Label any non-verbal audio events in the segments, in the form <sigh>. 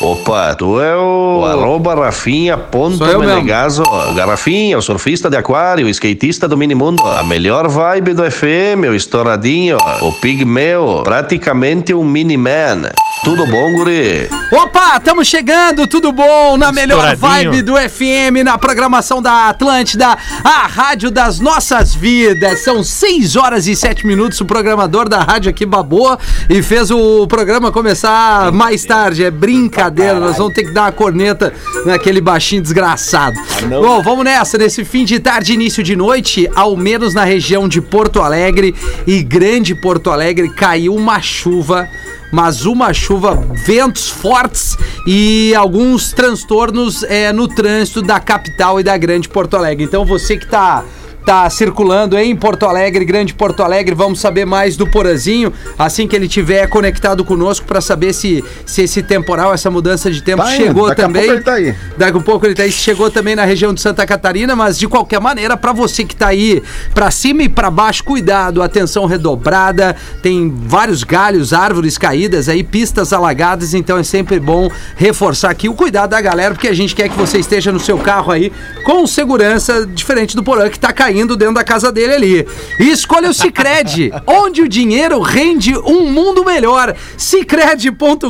Opa, tu é o, o arroba Rafinha ponto Sou eu mesmo. Menegaso. Garrafinha, o surfista de aquário, o skatista do minimundo. A melhor vibe do FM, o estouradinho, o pigmeu, praticamente um miniman. Tudo bom, guri? Opa, estamos chegando, tudo bom? Na melhor Estouradinho. vibe do FM, na programação da Atlântida, a rádio das nossas vidas. São 6 horas e 7 minutos. O programador da rádio aqui babou e fez o programa começar mais tarde. É brincadeira, nós vamos ter que dar uma corneta naquele baixinho desgraçado. bom, vamos nessa, nesse fim de tarde, início de noite, ao menos na região de Porto Alegre e Grande Porto Alegre, caiu uma chuva mas uma chuva, ventos fortes e alguns transtornos eh, no trânsito da capital e da Grande Porto Alegre. Então você que tá tá circulando em Porto Alegre, Grande Porto Alegre, vamos saber mais do Porazinho assim que ele tiver conectado conosco para saber se, se esse temporal, essa mudança de tempo Tá indo, chegou daqui a também. pouco ele tá aí. Daqui a pouco ele tá aí, chegou também na região de Santa Catarina, mas de qualquer maneira, para você que tá aí para cima e para baixo, cuidado, atenção redobrada, tem vários galhos, árvores caídas aí, pistas alagadas, então é sempre bom reforçar aqui o cuidado da galera, porque a gente quer que você esteja no seu carro aí com segurança, diferente do porã que tá caindo dentro da casa dele ali. E escolha o Cicred, onde o dinheiro rende um mundo melhor.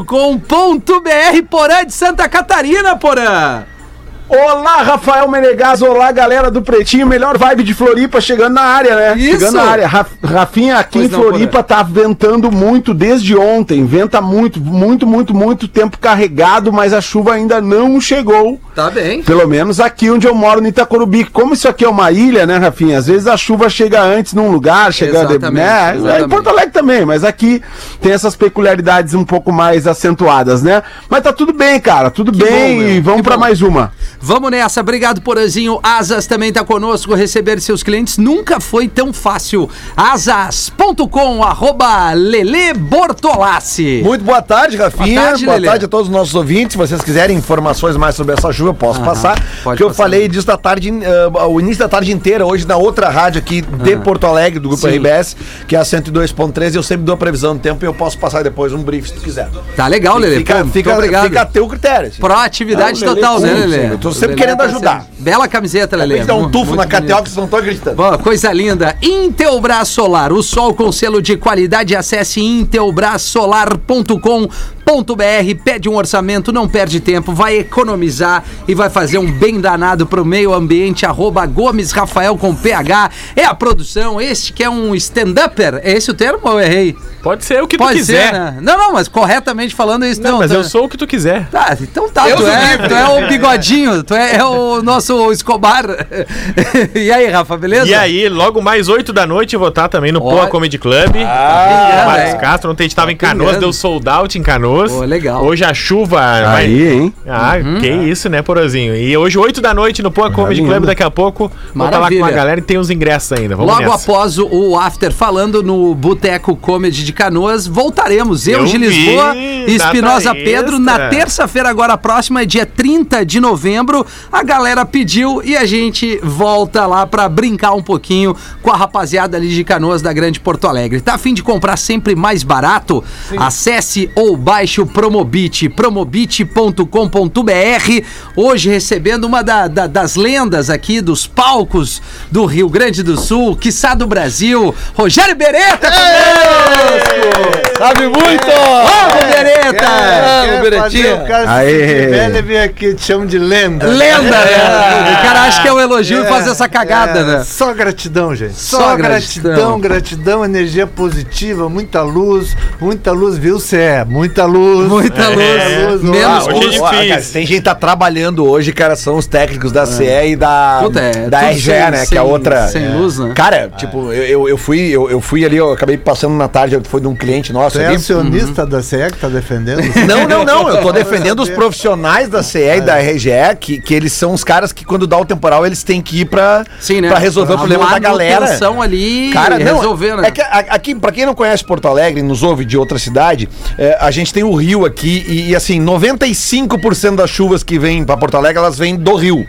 Cicred.com.br, porã de Santa Catarina, porã! Olá, Rafael Menegas, olá, galera do Pretinho, melhor vibe de Floripa chegando na área, né? Isso. Chegando na área. Ra- Rafinha, aqui Pois em não, Floripa tá ventando muito desde ontem, venta muito, muito, muito, muito tempo carregado, mas a chuva ainda não chegou. Tá bem. Pelo menos aqui onde eu moro, no Itacorubi. Como isso aqui é uma ilha, né, Rafinha? Às vezes a chuva chega antes num lugar, chega. de- Exatamente, né? exatamente. Em Porto Alegre também, mas aqui tem essas peculiaridades um pouco mais acentuadas, né? Mas tá tudo bem, cara, tudo bem bom, meu, e vamos que pra bom. mais uma. Vamos nessa, obrigado Poranzinho. Asas também tá conosco, receber seus clientes nunca foi tão fácil. Asas.com, arroba Lele Bortolassi. Muito boa tarde, Rafinha. Boa Boa tarde, tarde, Lelê. a todos os nossos ouvintes. Se vocês quiserem informações mais sobre essa chuva, eu posso passar. pode Porque eu passar. falei disso da tarde, eh, o início da tarde inteira, hoje na outra rádio aqui de Porto Alegre, do Grupo Sim. RBS, que é a 102.13. Eu sempre dou a previsão do tempo e eu posso passar depois um brief se tu quiser. Tá legal, Lele. Fica, Pô, fica, muito obrigado. fica a teu critério. assim. Proatividade Ah, o Lelê total, né, curte, Lele? eu tô sempre O Lelê querendo ajudar. sendo- Bela camiseta, Tem Lele. que dar um Mu- tufo muito na bonito. KTO que vocês não estão acreditando. Boa, coisa linda. Intelbras Solar, o sol com selo de qualidade. Acesse intelbrasolar.com.br, pede um orçamento, não perde tempo, vai economizar e vai fazer um bem danado pro meio ambiente. Arroba Gomes Rafael com PH. É a produção, este que é um stand-upper. É esse o termo ou eu errei? Pode ser o que tu Pode quiser. ser, né? Não, não, mas corretamente falando isso não. Não, mas tá- eu sou o que tu quiser. Tá, então tá, tu sou é, livre. tu é o bigodinho, tu é, é o nosso Escobar. <laughs> e aí, Rafa, beleza? E aí, logo mais 8 da noite eu vou estar também no Olha. Ah, Poa Comedy Club. Obrigado, Marcos hein? Castro, ontem a gente tava em Canoas, pingando. deu sold out em Canoas. Pô, legal. Uhum. Hoje a chuva Aí, hein? Ah, que isso, né, Porozinho? E hoje, 8 da noite, no Poa Comedy Maravilha. Club, daqui a pouco, vou estar lá com Maravilha. a galera e tem os ingressos ainda. Vamos Logo nessa. após o, o After falando no Boteco Comedy de Canoas, voltaremos. Eu, Eu de vi, Lisboa e data Espinosa Pedro na extra. terça-feira agora próxima, é dia 30 de novembro. A galera pediu e a gente volta lá pra brincar um pouquinho com a rapaziada ali de Canoas da Grande Porto Alegre. Tá afim de comprar sempre mais barato? Acesse ou baixe o Promobit, promobit.com.br. Hoje recebendo uma da- da- das lendas aqui dos palcos do Rio Grande do Sul, quiçá do Brasil, Rogério Beretta! Sabe muito! Vamos, É, Beretta! Quer fazer um o cara se Aê. sentir velho, vem aqui, te chamo de lenda. Lenda, né? O cara acha que é um elogio e É, faz essa cagada, é, né? Só gratidão, gente. Só, Só gratidão. gratidão. gratidão, energia positiva, muita luz, muita luz, viu, Cé? Muita luz. Muita luz. Ah, Menos hoje é luz. difícil. tem gente que tá trabalhando hoje, cara, são os técnicos da CE e da, É. Puta, é, da tudo RGE, sem- né? que sem- é a outra. sem É. luz, né? Cara, tipo, Uhum. eu, eu, eu fui, eu, eu fui ali, eu acabei passando na tarde, eu fui de um cliente nosso Tu é ali. acionista da CE que tá defendendo? Não, não, não. <laughs> Eu tô defendendo os profissionais da CE e da É. RGE, que, que eles são os caras que, quando dá o temporal, eles têm que ir pra, Sim, né? pra resolver o problema da galera. manutenção ali Cara, não, resolver, né? É que a- aqui, pra quem não conhece Porto Alegre, nos ouve de outra cidade, é, a gente tem o rio aqui e, e, assim, 95% das chuvas que vêm pra Porto Alegre, elas vêm do rio.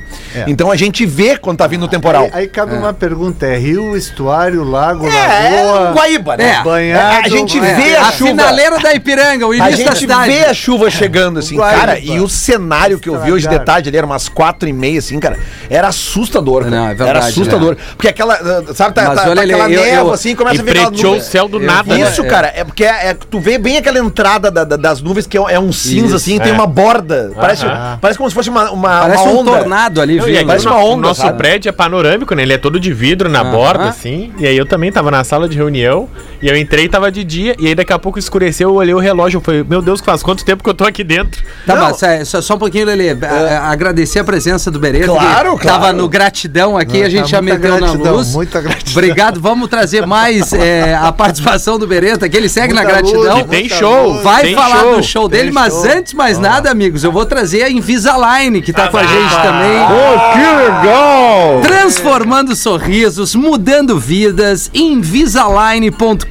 Então a gente vê quando tá vindo o temporal. É. Aí, aí cabe uma pergunta: é rio, estuário, lago, é, é lagoa? Guaíba, né? É. Banhado, a gente é. vê a, a chuva. finaleira da Ipiranga, o A início da gente cidade. É. vê a chuva chegando, assim, Guaíba. cara. E o cenário que eu vi hoje de Estragaram. tarde, ali, era umas quatro e meia, assim, cara. Era assustador, cara. Não, é verdade, era assustador. Porque aquela, ah, sabe, tá, Mas tá- tá olha, aquela Lelê, eu- névoa, eu- assim, começa E a ver aquela preteou o nuvem. céu do nada, né? Isso, cara, é porque é, é- tu vê bem aquela entrada da- da- das nuvens, que é, é um cinza, Isso. assim, tem uma borda. Parece, parece como se fosse uma, uma, Parece uma um onda. tornado ali, Não, viu? e aqui Parece o uma no- o onda, nosso sabe? prédio é panorâmico, né? Ele é todo de vidro na Aham. borda, assim. E aí eu também tava na sala de reunião. E eu entrei e tava de dia. E aí daqui a pouco escureceu, eu olhei o relógio. Eu falei, meu Deus, faz quanto tempo que eu tô aqui dentro? Tá, mas é, só, só um pouquinho, Lelê. A- a- Agradecer a presença do Beretta. É. Claro, que Tava claro. no gratidão aqui, a gente tá já muita meteu na gratidão, luz. muita gratidão. Obrigado, vamos trazer mais é, a participação do Beretta, que ele segue na Muita luz, gratidão. E tem muita show. luz. Vai tem falar show. do show dele, mas show. antes mais nada, amigos, eu vou trazer a Invisalign, que tá com a gente também. que legal! Transformando sorrisos, mudando vidas, invisalign.com.br.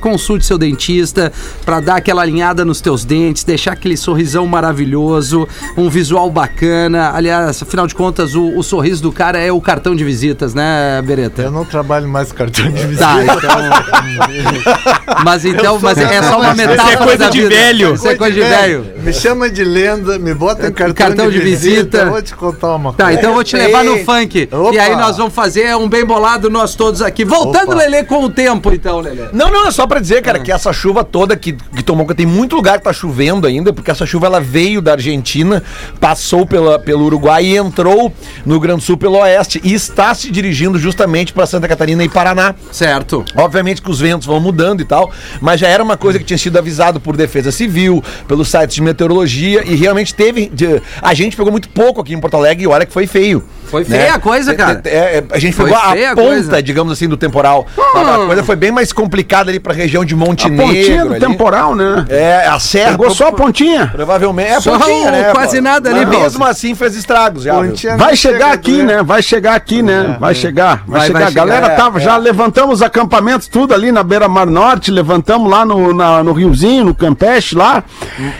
Consulte seu dentista para dar aquela alinhada nos teus dentes, deixar aquele sorrisão maravilhoso, um visual bacana. Aliás, afinal de contas, o, o sorriso do cara é o cartão de visitas, né, Bereta? Eu não trabalho mais com cartão de visita. Tá, <laughs> então. mas então, mas é só uma Isso é metáfora coisa da de vida. velho. Isso é coisa de velho. É, Me chama de lenda, me bota em cartão, Cartão de visita. Vou te contar uma Tá, então eu vou te levar no funk. E aí Opa. nós vamos fazer um bem bolado nós todos aqui. Voltando, Opa. Lelê, com o tempo, então, Lelê. Não, não, é só pra dizer, cara, que essa chuva toda que, que tomou, que tem muito lugar que tá chovendo ainda, porque essa chuva ela veio da Argentina, passou pela, pelo Uruguai e entrou no Rio Grande do Sul pelo oeste e está se dirigindo justamente pra Santa Catarina e Paraná. Certo. Obviamente que os ventos vão mudando e tal, mas já era uma coisa que tinha sido avisado por Defesa Civil, pelos sites de meteorologia, e realmente teve. de- a gente pegou muito pouco aqui em Porto Alegre e olha que foi feio. né? Foi feia a coisa, cara. É, é, a gente Foi pegou a feia a ponta, coisa. Hum. digamos assim, do temporal. A coisa foi bem mais complicada ali pra região de A pontinha do Montenegro. ali. temporal, né? É, a serra. Pegou só a pontinha. Provavelmente. É a Só um, pontinha, né? quase nada ali, Mas Bob. mesmo assim fez estragos já. viu? Pontinha Vai não chegar chega aqui, doer. né? Vai chegar aqui, né? Vai chegar. Vai Vai- chegar. vai A galera chegar, tava, é, já levantamos acampamentos, tudo ali na beira-mar norte, levantamos lá no, na- no riozinho, no Campeche lá.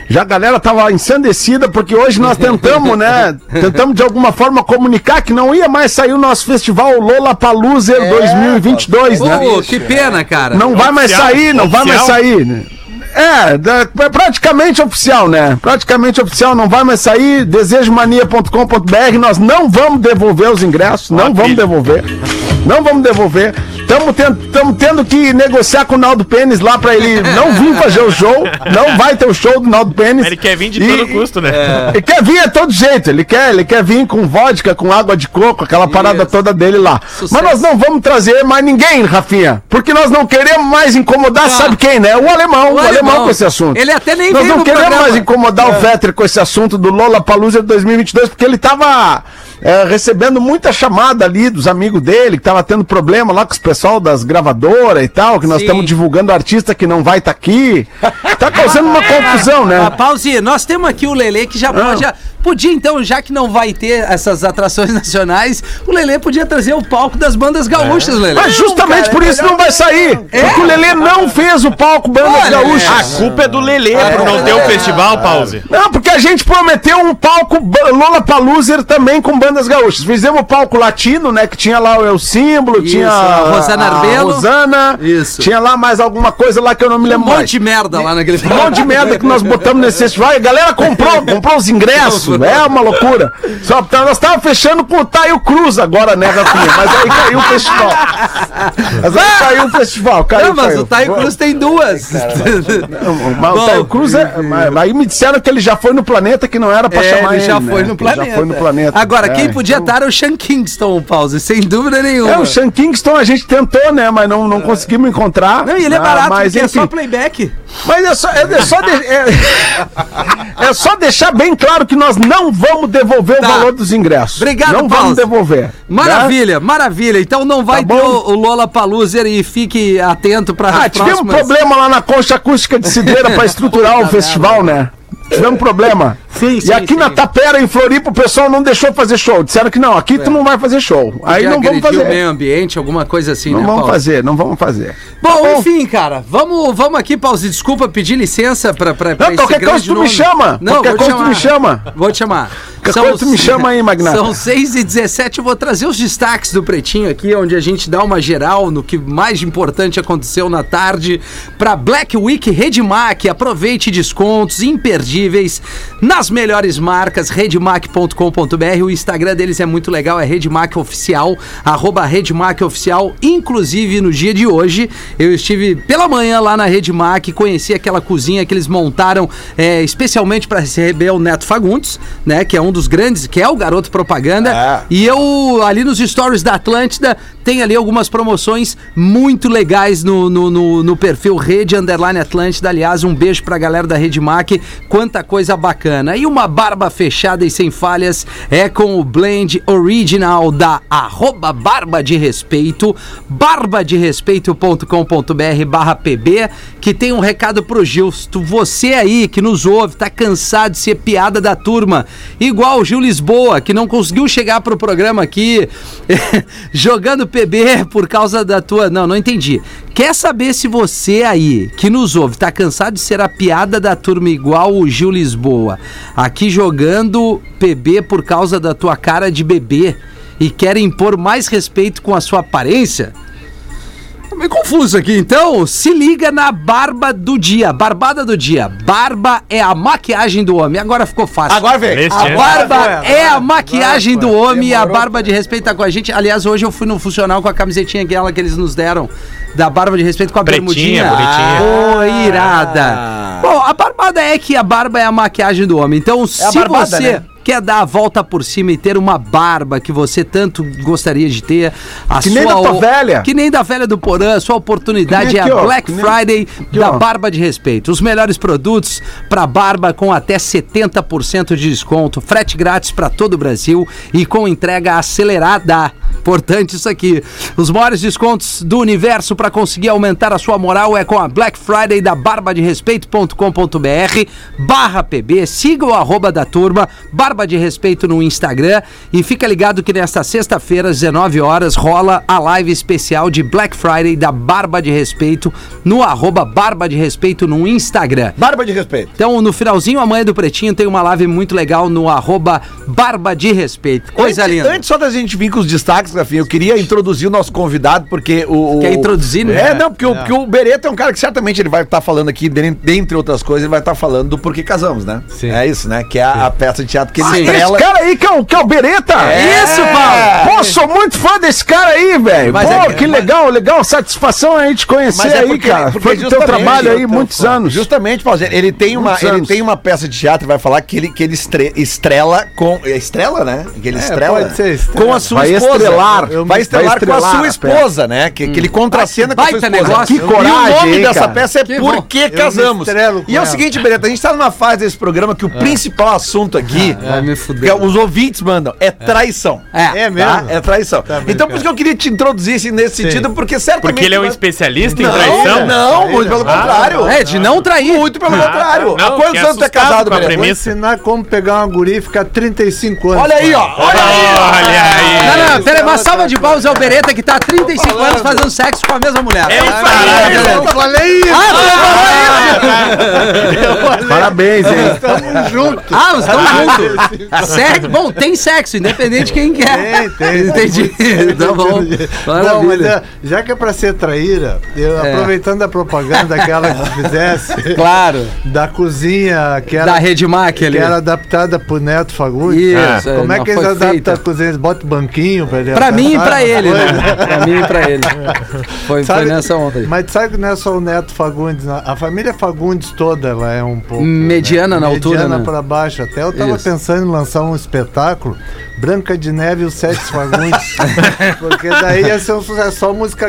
Já a galera tava ensandecida, porque hoje nós tentamos, né? Tentamos de alguma forma comunicar que não ia mais sair o nosso festival Lola Paluser 2022, né? Pô, que pena, cara. Não vai mais Oficial, sair, não vai mais oficial. sair. né? É, da- é praticamente oficial, né? Praticamente oficial, não vai mais sair. Desejomania.com.br, nós não vamos devolver os ingressos, não vamos devolver. Não vamos devolver. Estamos tendo, tamo tendo que negociar com o Naldo Pênis lá pra ele não vir fazer o show. Não vai ter o show do Naldo Pênis. Ele quer vir de E- todo custo, né? É. É. Ele quer vir a todo jeito, ele quer, ele quer vir com vodka, com água de coco, aquela parada toda dele lá. Sucesso. Mas nós não vamos trazer mais ninguém, Rafinha, porque nós não queremos mais incomodar, sabe quem, né? O alemão, o, alemão, alemão. com esse assunto. Ele até nem Nós veio não no queremos programa. É. mais incomodar o Fetter com esse assunto do Lola Palusa 2022, porque ele tava é, recebendo muita chamada ali dos amigos dele, que tava tendo problema lá com os pessoal das gravadoras e tal, que nós Sim. estamos divulgando artista que não vai estar aqui. Tá <laughs> causando uma confusão, né? Ah, Pause, nós temos aqui o Lelê que já Ah. pode. já- podia, então, já que não vai ter essas atrações <laughs> nacionais, o Lelê podia trazer o palco das bandas gaúchas, Lelê. É. Mas justamente é por isso não vai sair. Porque o Lelê não fez o palco Bandas Olha, Gaúchas. A culpa é do Lelê por não É. ter o festival, pause. Não, porque a gente prometeu um palco Lola Paluser também com bandas gaúchas. Fizemos o palco latino, né? Que tinha lá o El Símbolo, Isso, tinha a Rosana Arbelo. Rosana, Isso. tinha lá mais alguma coisa lá que eu não me um lembro. monte mais. de merda lá naquele Um monte de merda que nós botamos nesse festival. E a galera comprou, comprou os <laughs> ingressos. É uma loucura. Só, tá- nós estávamos fechando com o Taio Cruz agora, né, Rafinha? Mas aí caiu o festival. Mas aí caiu o festival. Caiu, Ah! Não, mas caiu. o Taio Cruz tem duas. <laughs> Mas o Taio Cruz é. mas- mas Aí me disseram que ele já foi no planeta que não era pra É, chamar ele já né? foi no Que ele planeta. Já foi no planeta. É. então. Agora, quem podia estar era o Sean Kingston, o Pause, sem dúvida nenhuma. É, o Sean Kingston a gente tentou, né? Mas não, não conseguimos encontrar. Não, e ele é Ah, barato, mas, porque é enfim, só playback. mas é só, é, é só <laughs> de- é- é só deixar bem claro que nós não vamos devolver Tá. o valor dos ingressos. Obrigado, Não Paulo. vamos devolver. né? Maravilha, maravilha. Então não vai Tá ter bom? o, o Lola Paluser e fique atento para Ah, tivemos um problema lá na concha acústica de Cidreira <laughs> pra estruturar o festival, né? Tivemos um problema. Sim, sim, e aqui sim. na Tapera, em Floripa, o pessoal não deixou fazer show. Disseram que não, É. aqui tu não vai fazer show. Aí não vamos o fazer. meio ambiente, alguma coisa assim, Não né, vamos Paulo? fazer, não vamos fazer. Bom, enfim, cara, vamos, vamos aqui, Pause. Desculpa pedir licença pra, pra, pra Não, qualquer coisa tu me chama. Não, Qualquer vou te coisa tu chamar. me chama. Vou te chamar. Qualquer coisa tu me chama aí, Magnata. São 6 e 17 eu vou trazer os destaques do Pretinho aqui, onde a gente dá uma geral no que mais importante aconteceu na tarde pra Black Week Redmac. Aproveite descontos imperdíveis nas melhores marcas, redmac.com.br. O Instagram deles é muito legal, é Redmac Oficial, arroba Redmac Oficial. Inclusive, no dia de hoje, eu estive pela manhã lá na Redmac, conheci aquela cozinha que eles montaram é, especialmente para receber o Neto Fagundes, né? Que é um dos grandes, que é o garoto propaganda. É. E eu, ali nos stories da Atlântida, tem ali algumas promoções muito legais no, no, no- no perfil Rede Underline Atlântida. Aliás, um beijo pra galera da Rede Mac. Quanta coisa bacana. E uma barba fechada e sem falhas é com o blend original da arroba barba de respeito, barbaderespeito.com.br barra pb, que tem um recado pro Gil. Se tu- Você aí que nos ouve, tá cansado de ser piada da turma, igual o Gil Lisboa, que não conseguiu chegar pro programa aqui <laughs> jogando PB por causa da tua. Não, não entendi. Quer saber se você aí que nos ouve tá cansado de ser a piada da turma igual o Gil Lisboa, aqui jogando PB por causa da tua cara de bebê e quer impor mais respeito com a sua aparência? Tá meio confuso aqui, então se liga na barba do dia, barbada do dia. Barba é a maquiagem do homem. Agora ficou fácil. Agora vem. Neste A ano. barba Agora foi, é a agora maquiagem foi. do homem e a Demorou, barba de respeito tá com a gente. Aliás, hoje eu fui no funcional com a camisetinha aquela que eles nos deram. Da barba de respeito com a Pretinha, bermudinha. bonitinha. Pô, irada. Bom, a barbada é que a barba é a maquiagem do homem. Então, se barbada, você né? quer dar a volta por cima e ter uma barba que você tanto gostaria de ter, a Que nem da tua o- velha. Que nem da velha do Porã, a sua oportunidade É. Que nem aqui, é a ó. Black Que nem- Friday da ó. Barba de Respeito. Os melhores produtos para barba com até 70% de desconto, frete grátis para todo o Brasil e com entrega acelerada. Importante isso aqui. Os maiores descontos do universo para conseguir aumentar a sua moral é com a Black Friday da barba de respeito.com.br barra pb. Siga o arroba da turma, barba de respeito no Instagram e fica ligado que nesta sexta-feira, às 19 horas, rola a live especial de Black Friday da Barba de Respeito no arroba Barba de Respeito no Instagram. Barba de respeito. Então, no finalzinho, amanhã do Pretinho tem uma live muito legal no arroba Barba de Respeito. Coisa antes, linda. Antes só da gente vir com os destaques, Rafinha, eu queria introduzir o nosso convidado, porque o... o- Quer introduzir, né? É, não, porque, O, porque o Beretta é um cara que certamente ele vai estar falando aqui, den- dentre outras coisas, ele vai estar falando do Porquê Casamos, né? É isso, né? Que é a, a peça de teatro que ele Ah, estrela. É. Esse cara aí que é o, que é o Bereta. Isso, Paulo! Pô, sou muito fã desse cara aí, velho. Pô, Mas é que- que legal, legal. Satisfação a gente conhecer Mas é aí, porque- cara. porque Foi do teu justamente- trabalho aí, então, muitos pô, anos. Justamente, Paulo, ele tem uma, Muitos ele anos. tem uma peça de teatro, vai falar que ele, que ele estre- estrela com. é Estrela, né? Que ele estrela. pode ser estrela. Com a sua Vai esposa. estrelar. Eu- Vai estrelar, Vai com a estrelar sua a esposa, né? Que, que ele contracena com a sua baita esposa. negócio. E Que o coragem, nome hein, dessa cara? peça é Que Por bom. que me Casamos? estrelo com E é o ela. seguinte, Beretta, a gente tá numa fase desse programa que o principal assunto aqui. vai me que é fuder. os ouvintes mandam, é traição. É. É mesmo? Tá? É traição. Tá bem, então, por isso que eu queria te introduzir assim, nesse sentido, porque certamente. Porque ele é um vai- especialista em não, é traição? Não, muito pelo Ah, contrário. É, de não Ah, trair. Muito pelo contrário. não, Há quantos fiquei anos tu é assustado casado, com a Beleza? Vou premissa. ensinar como pegar uma guria e ficar 35 anos. Olha aí, com ó. ela. Olha aí. ó. Olha aí. Não, não, pera, uma salva de palmas ao Beretta que tá há 35 anos fazendo sexo com a mesma mulher. É isso aí, Parabéns, é Beretta. Ah, Eu falei isso. Ah, Parabéns, <laughs> hein? Tamo junto. Ah, os dois juntos. Sexo, bom, tem sexo, independente de quem quer. Tem, tem. Entendi. <laughs> <laughs> tá bom. Não, mas Maravilha. é, já que é pra ser traíra, eu, É. aproveitando a propaganda que ela <laughs> fizesse Claro. da cozinha que é- era, Da Rede Mac que ali. era adaptada pro Neto Fagundes. Isso, Como é não que eles foi adaptam feita. a cozinha? Eles botam banquinho pra ele? Ah, Pra adaptar mim e pra uma ele, coisa? né? Pra mim e pra ele. Foi, foi Sabe- nessa onda aí. Mas sabe que não é só o Neto Fagundes, não. a família Fagundes Mendes toda, ela é um pouco. Hum, Mediana na altura, Mediana né? pra baixo. Até eu tava Isso. pensando em lançar um espetáculo Branca de Neve e os Sete <laughs> Fagundes. porque daí ia ser um sucesso. Só música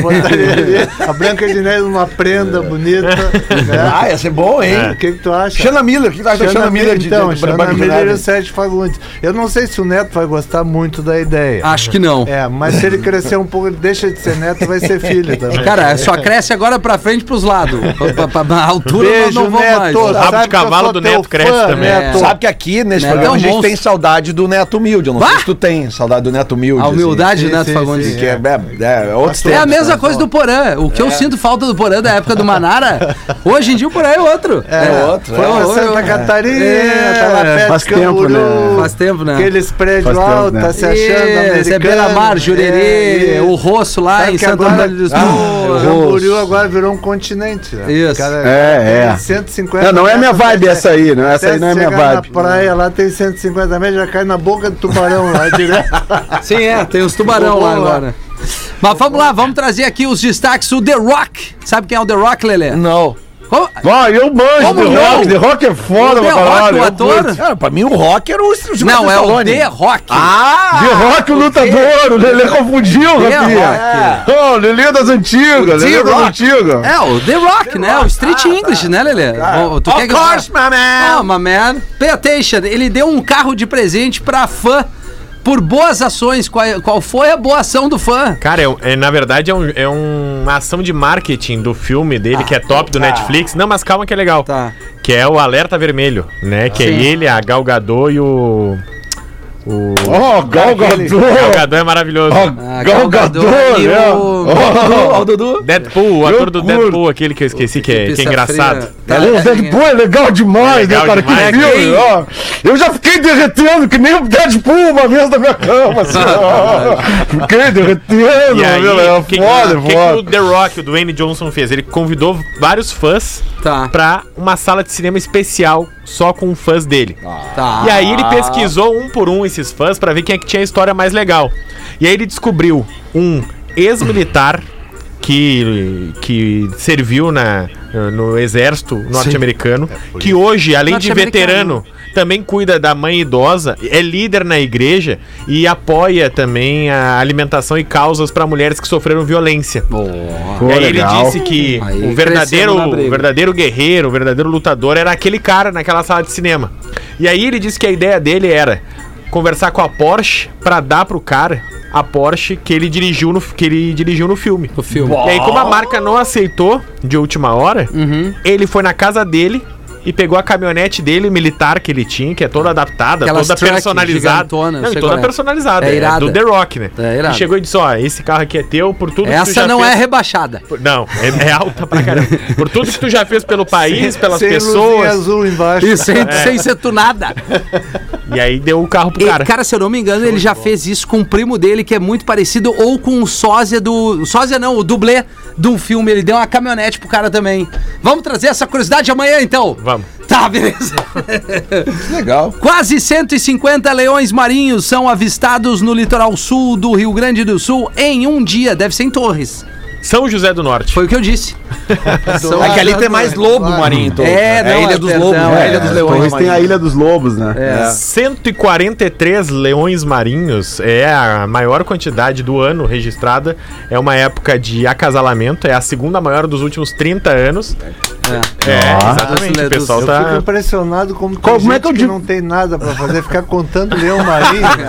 <laughs> botaria ali a Branca de Neve numa prenda É. <laughs> bonita. né? Ah, ia ser bom, hein? O que, que tu acha? Xana Miller, o que tu acha da Xana Miller de então, de- de- Xana Branca de Miller e Neve? o Sete Fagundes. Eu não sei se o Neto vai gostar muito da ideia. Acho que não. É, mas se ele crescer um pouco, ele deixa de ser neto, vai ser filho também. É, Cara, só cresce agora pra frente e pros lados. Pra- pra- pra- pra altura nós Beijo, não vão mais. Neto. Rabo Sabe de que eu cavalo sou do teu Neto cresce também. Neto. Sabe que aqui nesse Neto programa é um a gente É. monstro. tem saudade do Neto Humilde. Eu não sei Bah! se tu tem saudade do Neto Humilde. A humildade, Sim, Neto sim, Fagundes. assim, que é, é, é outros É a tempos, mesma né? coisa do Porã. O que eu sinto falta do Porã da época do <laughs> Manara, hoje em dia o Porã é outro. É, outro, Foi pra outro, Santa é. Catarina, É, tá lá perto faz de Camboriú, tempo, né? Faz tempo, né? Aqueles prédios Faz tempo, altos, né? tá se achando Isso, é americano. Beira-Mar, Jurerê, é, o Rosso lá Sabe em que Santo agora- Ah, Antônio dos O Turvo. Camboriú agora virou um continente. né? Isso. Cara, É, tem é. 150 Não, não é minha metros, vibe né? essa aí, não. Essa Até aí não é minha chegar vibe. Na praia lá tem 150 metros, já cai na boca do tubarão lá direto. Sim, é, tem os tubarão lá agora. Mas vamos lá, vamos trazer aqui os destaques. O The Rock. Sabe quem é o The Rock, Lelê? Não. Como- Vai, eu manjo Como do não? rock. The rock é foda, O The pra Rock, caralho. o Eu ator? curto. Cara, Ah, pra mim o rock era o Silvio Não, é o Stallone. The Rock. Ah! The rock, o lutador. O Lelê confundiu, The rapinha. Ô, Lelê das antigas. O Lelê The das Rock. antigas. É, o The Rock, né? o Street English, né, Lelê? O- tu quer Of que eu- course, my man! Ah, my man. Pay attention. Ele deu um carro de presente pra fã por boas ações. Qual, é, qual foi a boa ação do fã? Cara, é, um- é- na verdade é, um- é uma ação de marketing do filme dele, que é top do Netflix. Não, mas calma que é legal. Tá. Que é o Alerta Vermelho, né? Que é Sim. ele, a Gal Gadot e o... O... Ó, Gal Gal Gadot. Gadot é maravilhoso. Ó, Ah, Gal Gadot Gadot, e né? o- <laughs> Ó, Deadpool, o ator do curto. Deadpool, aquele que eu esqueci, que é, que é Pizza engraçado. fria. Tá, Valeu, tá, Deadpool é legal demais, Legal né, cara? demais, que filme, hein? ó. Eu já fiquei derretendo, que nem o Deadpool uma vez na minha cama, assim, ó. Fiquei derretendo, E aí, meu, é o que, foda, o que que o foda. The Rock, o Dwayne Johnson fez? Ele convidou vários fãs Tá. pra uma sala de cinema especial só com fãs dele. tá. E aí ele pesquisou um por um esses fãs pra ver quem é que tinha a história mais legal. E aí ele descobriu um ex-militar que, que serviu na, no exército norte-americano, que hoje, além de Norte-americano. veterano, também cuida da mãe idosa, é líder na igreja e apoia também a alimentação e causas pra mulheres que sofreram violência. Pô, E aí legal. ele disse que Aí o verdadeiro, crescemos na briga. o verdadeiro guerreiro, o verdadeiro lutador era aquele cara naquela sala de cinema. E aí ele disse que a ideia dele era conversar com a Porsche pra dar pro cara a Porsche que ele dirigiu no que ele dirigiu no filme. O filme. E aí como a marca não aceitou de última hora, Uhum. ele foi na casa dele e pegou a caminhonete dele, militar que ele tinha, que é toda adaptada, Aquelas toda truck personalizada. gigantona, Não, e sei toda qual é. personalizada, É é irada. do The Rock, né? É irada. e chegou e disse: "Ó, esse carro aqui é teu por tudo que tu Essa já não fez é rebaixada. não, é, é alta pra caramba. Por tudo que tu já fez pelo país, pelas Sem luzinha pessoas. azul embaixo. E sem, É. sem ser <laughs> tunada. E aí deu o carro pro E, cara. cara, se eu não me engano, ele já fez isso com o primo dele, que é muito parecido, ou com o sósia do. Sósia não, o dublê de um filme. Ele deu uma caminhonete pro cara também. Vamos trazer essa curiosidade amanhã, então? Vamos. Tá, beleza. Legal. Quase 150 leões marinhos são avistados no litoral sul do Rio Grande do Sul em um dia. Deve ser em Torres. São José do Norte. Foi o que eu <laughs> disse. São- É que ali tem mais lobo, Marinho. então. É, a não, Ilha é dos perdão, Lobos. é a né? Ilha dos Leões, Torres tem a Marinho. Ilha dos Lobos, né? É. 143 leões marinhos é a maior quantidade do ano registrada. É uma época de acasalamento, é a segunda maior dos últimos 30 anos. É, exatamente. O pessoal Eu fico tá. impressionado como, tem Como é gente que eu que digo? não tem nada pra fazer, ficar contando Leão Marinho. né?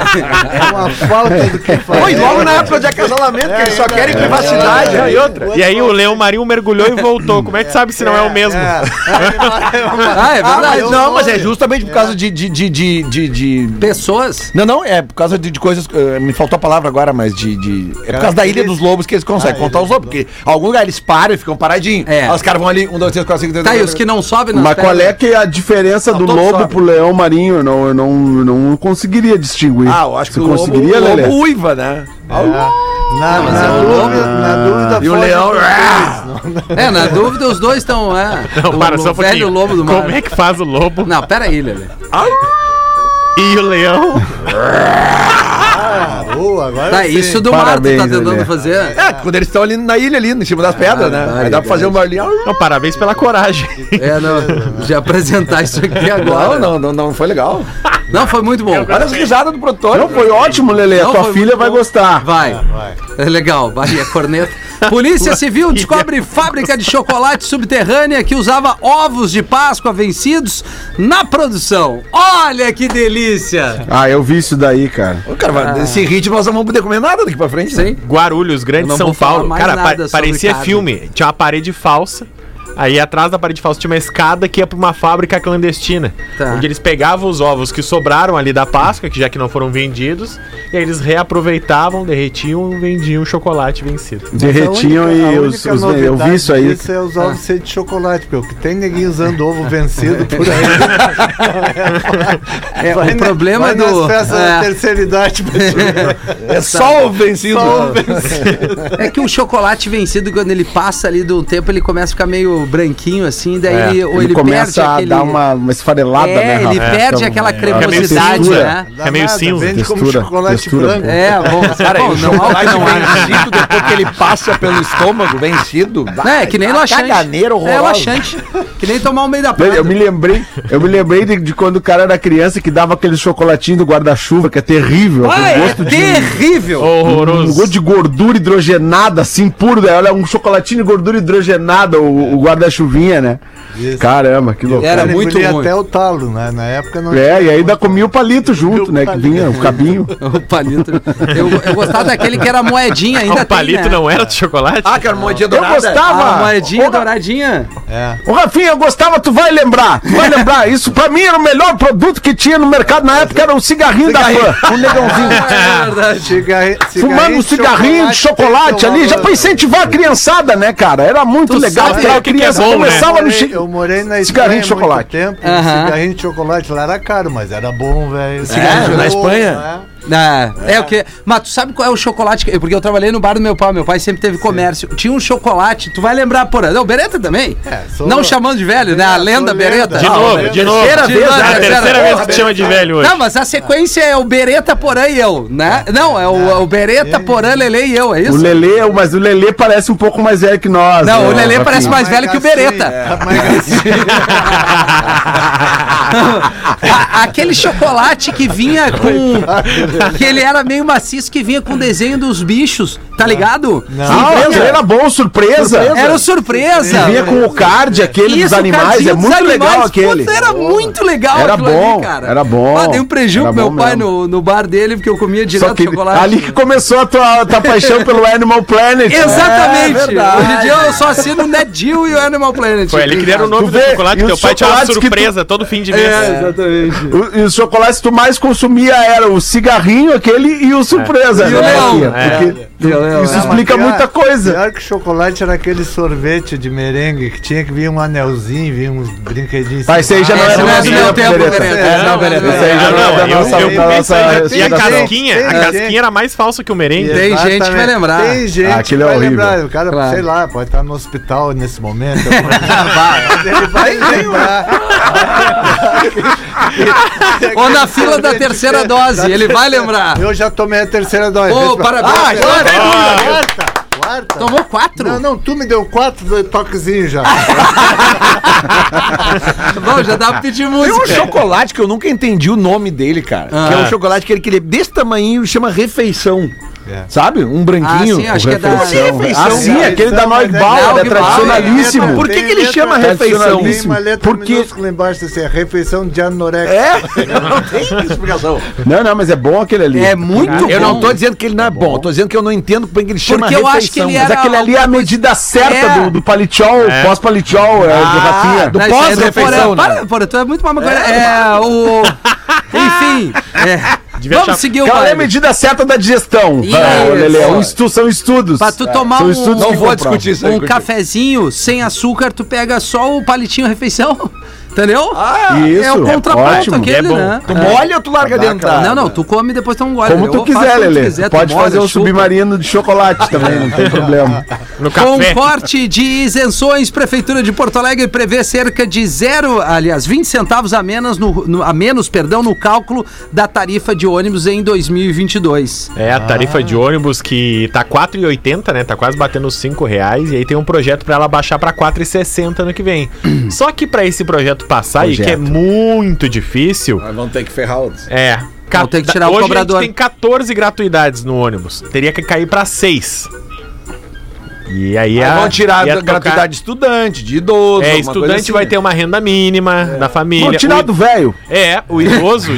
é uma falta do que É, fazer. É Pô, e logo na época de acasalamento, que eles só querem privacidade. é, Ah, e, outra. E aí o leão marinho mergulhou e voltou. Como é que sabe se não é o mesmo? Ah, é Ah, verdade. mas não, mas é assim. justamente por causa de. de, de, de, de- de- Pessoas. Não, não, é por causa de, de coisas. eh, me faltou a palavra agora, mas de. de- É por causa da Ilha dos Lobos que eles conseguem contar os Ah, lobos. Porque em algum lugar eles param e ficam paradinhos. É. Aí os caras vão ali, um, dois, três, quatro, cinco, seis, Tá, e sete, os que não sobem nas Mas qual é pernas? que é a diferença do todos lobo sobem. pro leão marinho? Eu não, eu não, eu não conseguiria distinguir. Ah, eu acho que Você o lobo, conseguiria, o lobo Lelê? uiva, né? Na, na dúvida, na dúvida, E o foge leão. com É, na dúvida, os dois estão. É, Não, o, para, o só um velho pouquinho. lobo do mar. Como é que faz o lobo Ah, Não, pera aí, Lelê. e o leão? Ah, boa, agora Tá, sim. isso do Marco tá Parabéns, tentando Lelê. fazer. É, quando eles estão ali na ilha, ali, em cima das pedras, né? Aí dá pra fazer uma barulhinho. Não, parabéns pela coragem. É, não, de apresentar isso <laughs> aqui agora. Não, não, não, não foi legal. Não, foi muito bom. <laughs> Olha as risadas do produtor. Não, foi ótimo, Lele. A Não, tua foi filha muito vai bom. gostar. Vai. É legal, vai a corneta. Polícia Civil descobre fábrica de chocolate subterrânea que usava ovos de Páscoa vencidos na produção. Olha que delícia! Ah, eu vi isso daí, cara. Ô, cara, mas esse ritmo nós não vamos poder comer nada daqui pra frente. né? Sim. Guarulhos, Eu Grande não São vou falar Paulo. mais Cara, nada pa- sobre parecia Carmen. filme. Tinha uma parede falsa. Aí atrás da parede falsa tinha uma escada que ia pra uma fábrica clandestina. Tá. Onde eles pegavam os ovos que sobraram ali da Páscoa, que já que não foram vendidos, e aí eles reaproveitavam, derretiam e vendiam o chocolate vencido. Derretiam A e única- a os, única os- Eu novidade vi isso aí. disso é os ovos cheios de chocolate, porque o que tem ninguém usando ovo vencido por aí. É, Vai o na- problema vai é do. nas festas da É, terceira idade, pra É só o vencido. Só o é que o chocolate vencido, quando ele passa ali de um tempo, ele começa a ficar meio branquinho assim, daí É, ele, ou Ele, ele, perde começa aquele. a dar uma, uma esfarelada, né, é, ele Rafa? perde Então, aquela meio cremosidade, textura. né? Dá É meio nada, cinza. Vende como Textura, chocolate textura. branco. É, bom, Cara, bom, o não há o chocolate que não há. é vencido, depois que ele passa pelo estômago, vencido. Não, é que nem laxante. é Caganeiro horrorosa. laxante. Que nem tomar o meio da Eu, praia. eu me lembrei, eu me lembrei de, de quando o cara era criança que dava aquele chocolatinho do guarda-chuva, que é terrível, Ah, aquele é gosto de terrível. um gosto Hum, Horroroso. de gordura hidrogenada, assim, puro, né? Olha, um chocolatinho de gordura hidrogenada, o, o guarda-chuvinha, né? Caramba, que loucura. Era Ele muito engolia ruim. até o talo, né? Na época não É, e ainda comia o palito junto, né? Que palito. vinha, o cabinho. <laughs> O palito. Eu, eu gostava daquele que era moedinha ainda. Ah, o palito tem, né? não era de chocolate? Ah, cara, uma dia Eu dourada. gostava! Ah, moedinha Ô, Ra- douradinha. É. Ô, Rafinha, eu gostava, tu vai lembrar, tu vai lembrar. Isso pra mim era o melhor produto que tinha no mercado na época, era o cigarrinho, da fã, o negãozinho. <laughs> É verdade. Cigarri- Fumando um cigarrinho de chocolate tem que ali, já tomar pra incentivar a criançada, né, cara? Era muito Tu legal, sabe porque o a que que é criança bom, né? começava Eu no morei, chi- um eu morei Cigarrinho de na Espanha há muito chocolate. tempo. e Aham. É, Cigarrinho de chocolate lá era caro, mas era bom, velho. Cigarrinho na Espanha? Ah, é o que. Mas tu sabe qual é o chocolate? que- Porque eu trabalhei no bar do meu pai. Meu pai sempre teve comércio. Tinha um chocolate. Tu vai lembrar por. Não, Beretta também. É, sou- Não chamando de velho, né? A sou lenda lenda. Beretta. De Ah, novo, velho, de novo. terceira vez, É né, a terceira terceira vez vez. que te chama de velho hoje. Não, mas a sequência é o Beretta, Porã e eu, né? Não, é o, é o Beretta, Porã, Lele e eu, é O isso? Lelê, é o- mas o Lelê parece um pouco mais velho que nós. Não, né, o Lelê Rafinha? parece mais velho que o assim, Beretta. é. A- aquele chocolate que vinha com. que ele era meio maciço, que vinha com o desenho dos bichos, tá ligado? Ah, o Lelê era bom, surpresa. Era o surpresa. Que vinha com o card, aquele dos o animais. cardinho É dos muito animais, legal puta, aquele. era muito legal Era aquilo bom, era bom. Ah, dei um prejuízo Era pro meu bom pai mesmo. no, no bar dele, porque eu comia Só direto que chocolate. ali que começou a tua, tua paixão pelo Animal Planet. né? Exatamente. É verdade. Hoje em dia eu só assino o Ned Geo e o Animal Planet. Foi, ele que deram o Tu nome do vê, chocolate, e teu os pai tinha uma chocolates que tu- surpresa todo fim de mês. É, exatamente. O- E os chocolates que tu mais consumia era o cigarrinho aquele e o surpresa. E o né, leão. Rafinha? É. Porque E o leão, Isso é. explica Mas pior- muita coisa. Pior que chocolate era aquele sorvete de merengue que tinha que vir um anelzinho, vir uns brinquedinhos. assim, Mas isso aí já Ah, não esse era não é mais do meu tempo, Beretta. É, Não, não, Beretta. Isso aí Ah, já não é da não, eu- nossa- é eu da penso nossa ainda- E a geração. casquinha, a Tem casquinha era mais falsa que o merengue. Tem gente que vai Exatamente. lembrar. Tem gente Ah, que aquilo é vai horrível. lembrar. O cara, Claro. sei lá, pode estar no hospital nesse momento. <laughs> Mas ele vai lembrar. Ou na fila da terceira dose, ele vai lembrar. Eu já tomei a terceira dose. Ô, Vê se- parabéns. Ah, Pedro. quarta, Ah, quarta, quarta. Tomou quatro? Não, não, tu me deu quatro toquezinhos já. Ah, Bom, já dá pra pedir Tem um música. é- chocolate que eu nunca entendi o nome dele, cara. Que é um Ah. chocolate que ele queria desse tamanho e chama refeição. É. Sabe? Um branquinho. Ah, sim, acho que é da- refeição. Ah, Então, refeição. sim, aquele da Neugbauer, é Neugbauer. tradicionalíssimo. Por que que ele chama refeição? Tem uma letra Porque- minúscula embaixo assim, é refeição de anorexia. É? Não tem explicação. Não, não, mas é bom aquele ali. É muito Eu não bom. tô dizendo que ele não é bom, eu tô dizendo que eu não entendo porque ele chama Porque eu acho que ele Mas era aquele ali é a medida certa É. Ah, do, do palitiol, É. pós-palitiol, é, do Rafinha. do Não, isso aí é do pós-refeição, Porã. né? Para, Porã, tu é muito mal agora. É, o... Enfim, é. Devia vamos chamar- seguir o Qual é a baile. medida certa da digestão? Isso. Ah, Lelê, é um estu- são estudos. Pra tu tomar são um- estudos Não que vou comprovam. discutir isso aí. Um cafezinho sem açúcar, tu pega só o palitinho refeição. <laughs> Entendeu? Isso, é o é contraponto ótimo, aquele, é bom. né? Tu É. molha ou tu larga dentro? da- Não, não, tu come e depois toma um gole. Como Eu tu faço como quiser, tu Lele. quiser, tu Pode molha, fazer um chupa. submarino de chocolate também, <laughs> não tem problema. No café. Com corte de isenções, Prefeitura de Porto Alegre prevê cerca de zero, aliás, 20 centavos a menos, no, no- a menos perdão, no cálculo da tarifa de ônibus em 2022. É, a tarifa de ônibus que tá 4,80, né? Tá quase batendo os 5 reais. E aí tem um projeto pra ela baixar pra 4,60 ano que vem. Só que pra esse projeto passar, e que é muito difícil, Nós vamos ter que ferrar outros. é. Vão ter que tirar o Hoje a gente cobrador. tem 14 gratuidades no ônibus. Teria que cair pra 6. E aí Aí a. vão tirar ia da tocar- gratuidade de estudante, de idoso. alguma É, coisa estudante assim, vai né? ter uma renda mínima da família. Vou tirar O- do velho. é, o idoso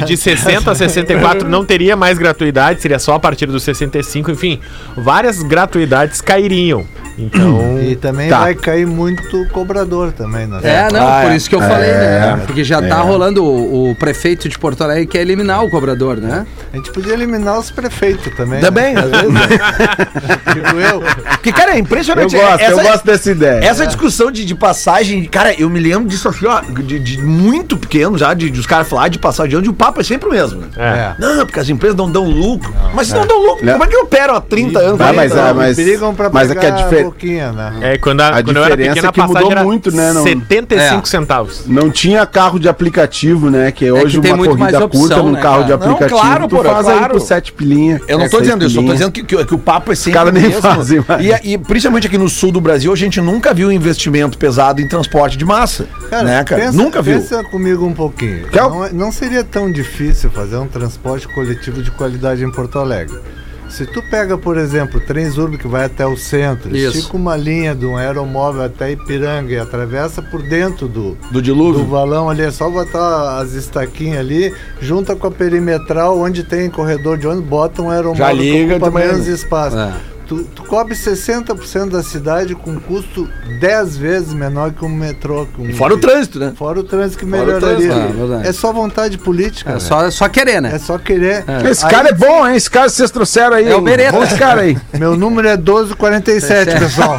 <laughs> de 60 a 64 não teria mais gratuidade, seria só a partir dos 65, enfim, várias gratuidades cairiam. Hum. Então, E também tá. vai cair muito cobrador também, né? É, não, Ah, por é. isso que eu falei, né? Porque já tá rolando o, o prefeito de Porto Alegre quer eliminar o cobrador, né? A gente podia eliminar os prefeitos também. Também, às né? <laughs> vezes. Né? Digo eu. Porque, Tipo cara, é Eu impressionante. gosto, essa, eu gosto dessa ideia. Essa discussão de, de passagem, cara, eu me lembro disso aqui, ó, de, de muito pequeno já, de, de os caras falar de passagem de onde o papo é sempre o mesmo. né? é. Não, porque as empresas não dão lucro. mas se não dão lucro, Não. como é que operam há 30 anos? Ah, mas, Então, ah, mas, brigam pra mas é que a pegar difer- boquinha, né? É, quando, a, A quando eu era diferença pequena, é a que mudou passagem era muito, né, não- 75 É. centavos. Não tinha carro de aplicativo, né? Que hoje que tem uma muito mais corrida opção, curta num né, carro cara? de Não, aplicativo. claro, tu porra, faz aí claro. por sete pilinha. Eu não é, tô seis dizendo isso, eu tô pilinha. dizendo que, que- que o papo é sempre caras o nem mesmo. fazem mais. E, e principalmente aqui no sul do Brasil, a gente nunca viu investimento pesado em transporte de massa. né, cara? pensa- nunca viu. Pensa comigo um pouquinho. Quer- Não, é- não seria tão difícil fazer um transporte coletivo de qualidade em Porto Alegre. Se tu pega, por exemplo, trens urbanos que vai até o centro, Isso. estica uma linha de um aeromóvel até Ipiranga e atravessa por dentro do, Do do dilúvio. valão ali, é só botar as estaquinhas ali, junta com a perimetral, onde tem corredor de ônibus, bota um aeromóvel Já liga que ocupa também. menos espaço. É. Tu, tu cobre 60% da cidade com um custo 10 vezes menor que um metrô. que um- E fora o trânsito, né? Fora o trânsito que Fora o melhoraria. trânsito, é verdade. é só vontade política. É velho. só, só querer, É né? só querer. Esse cara é bom, hein? Esse cara que vocês trouxeram aí. É o hein? Beretta. Bom Esse cara aí. Meu número é 1247, pessoal.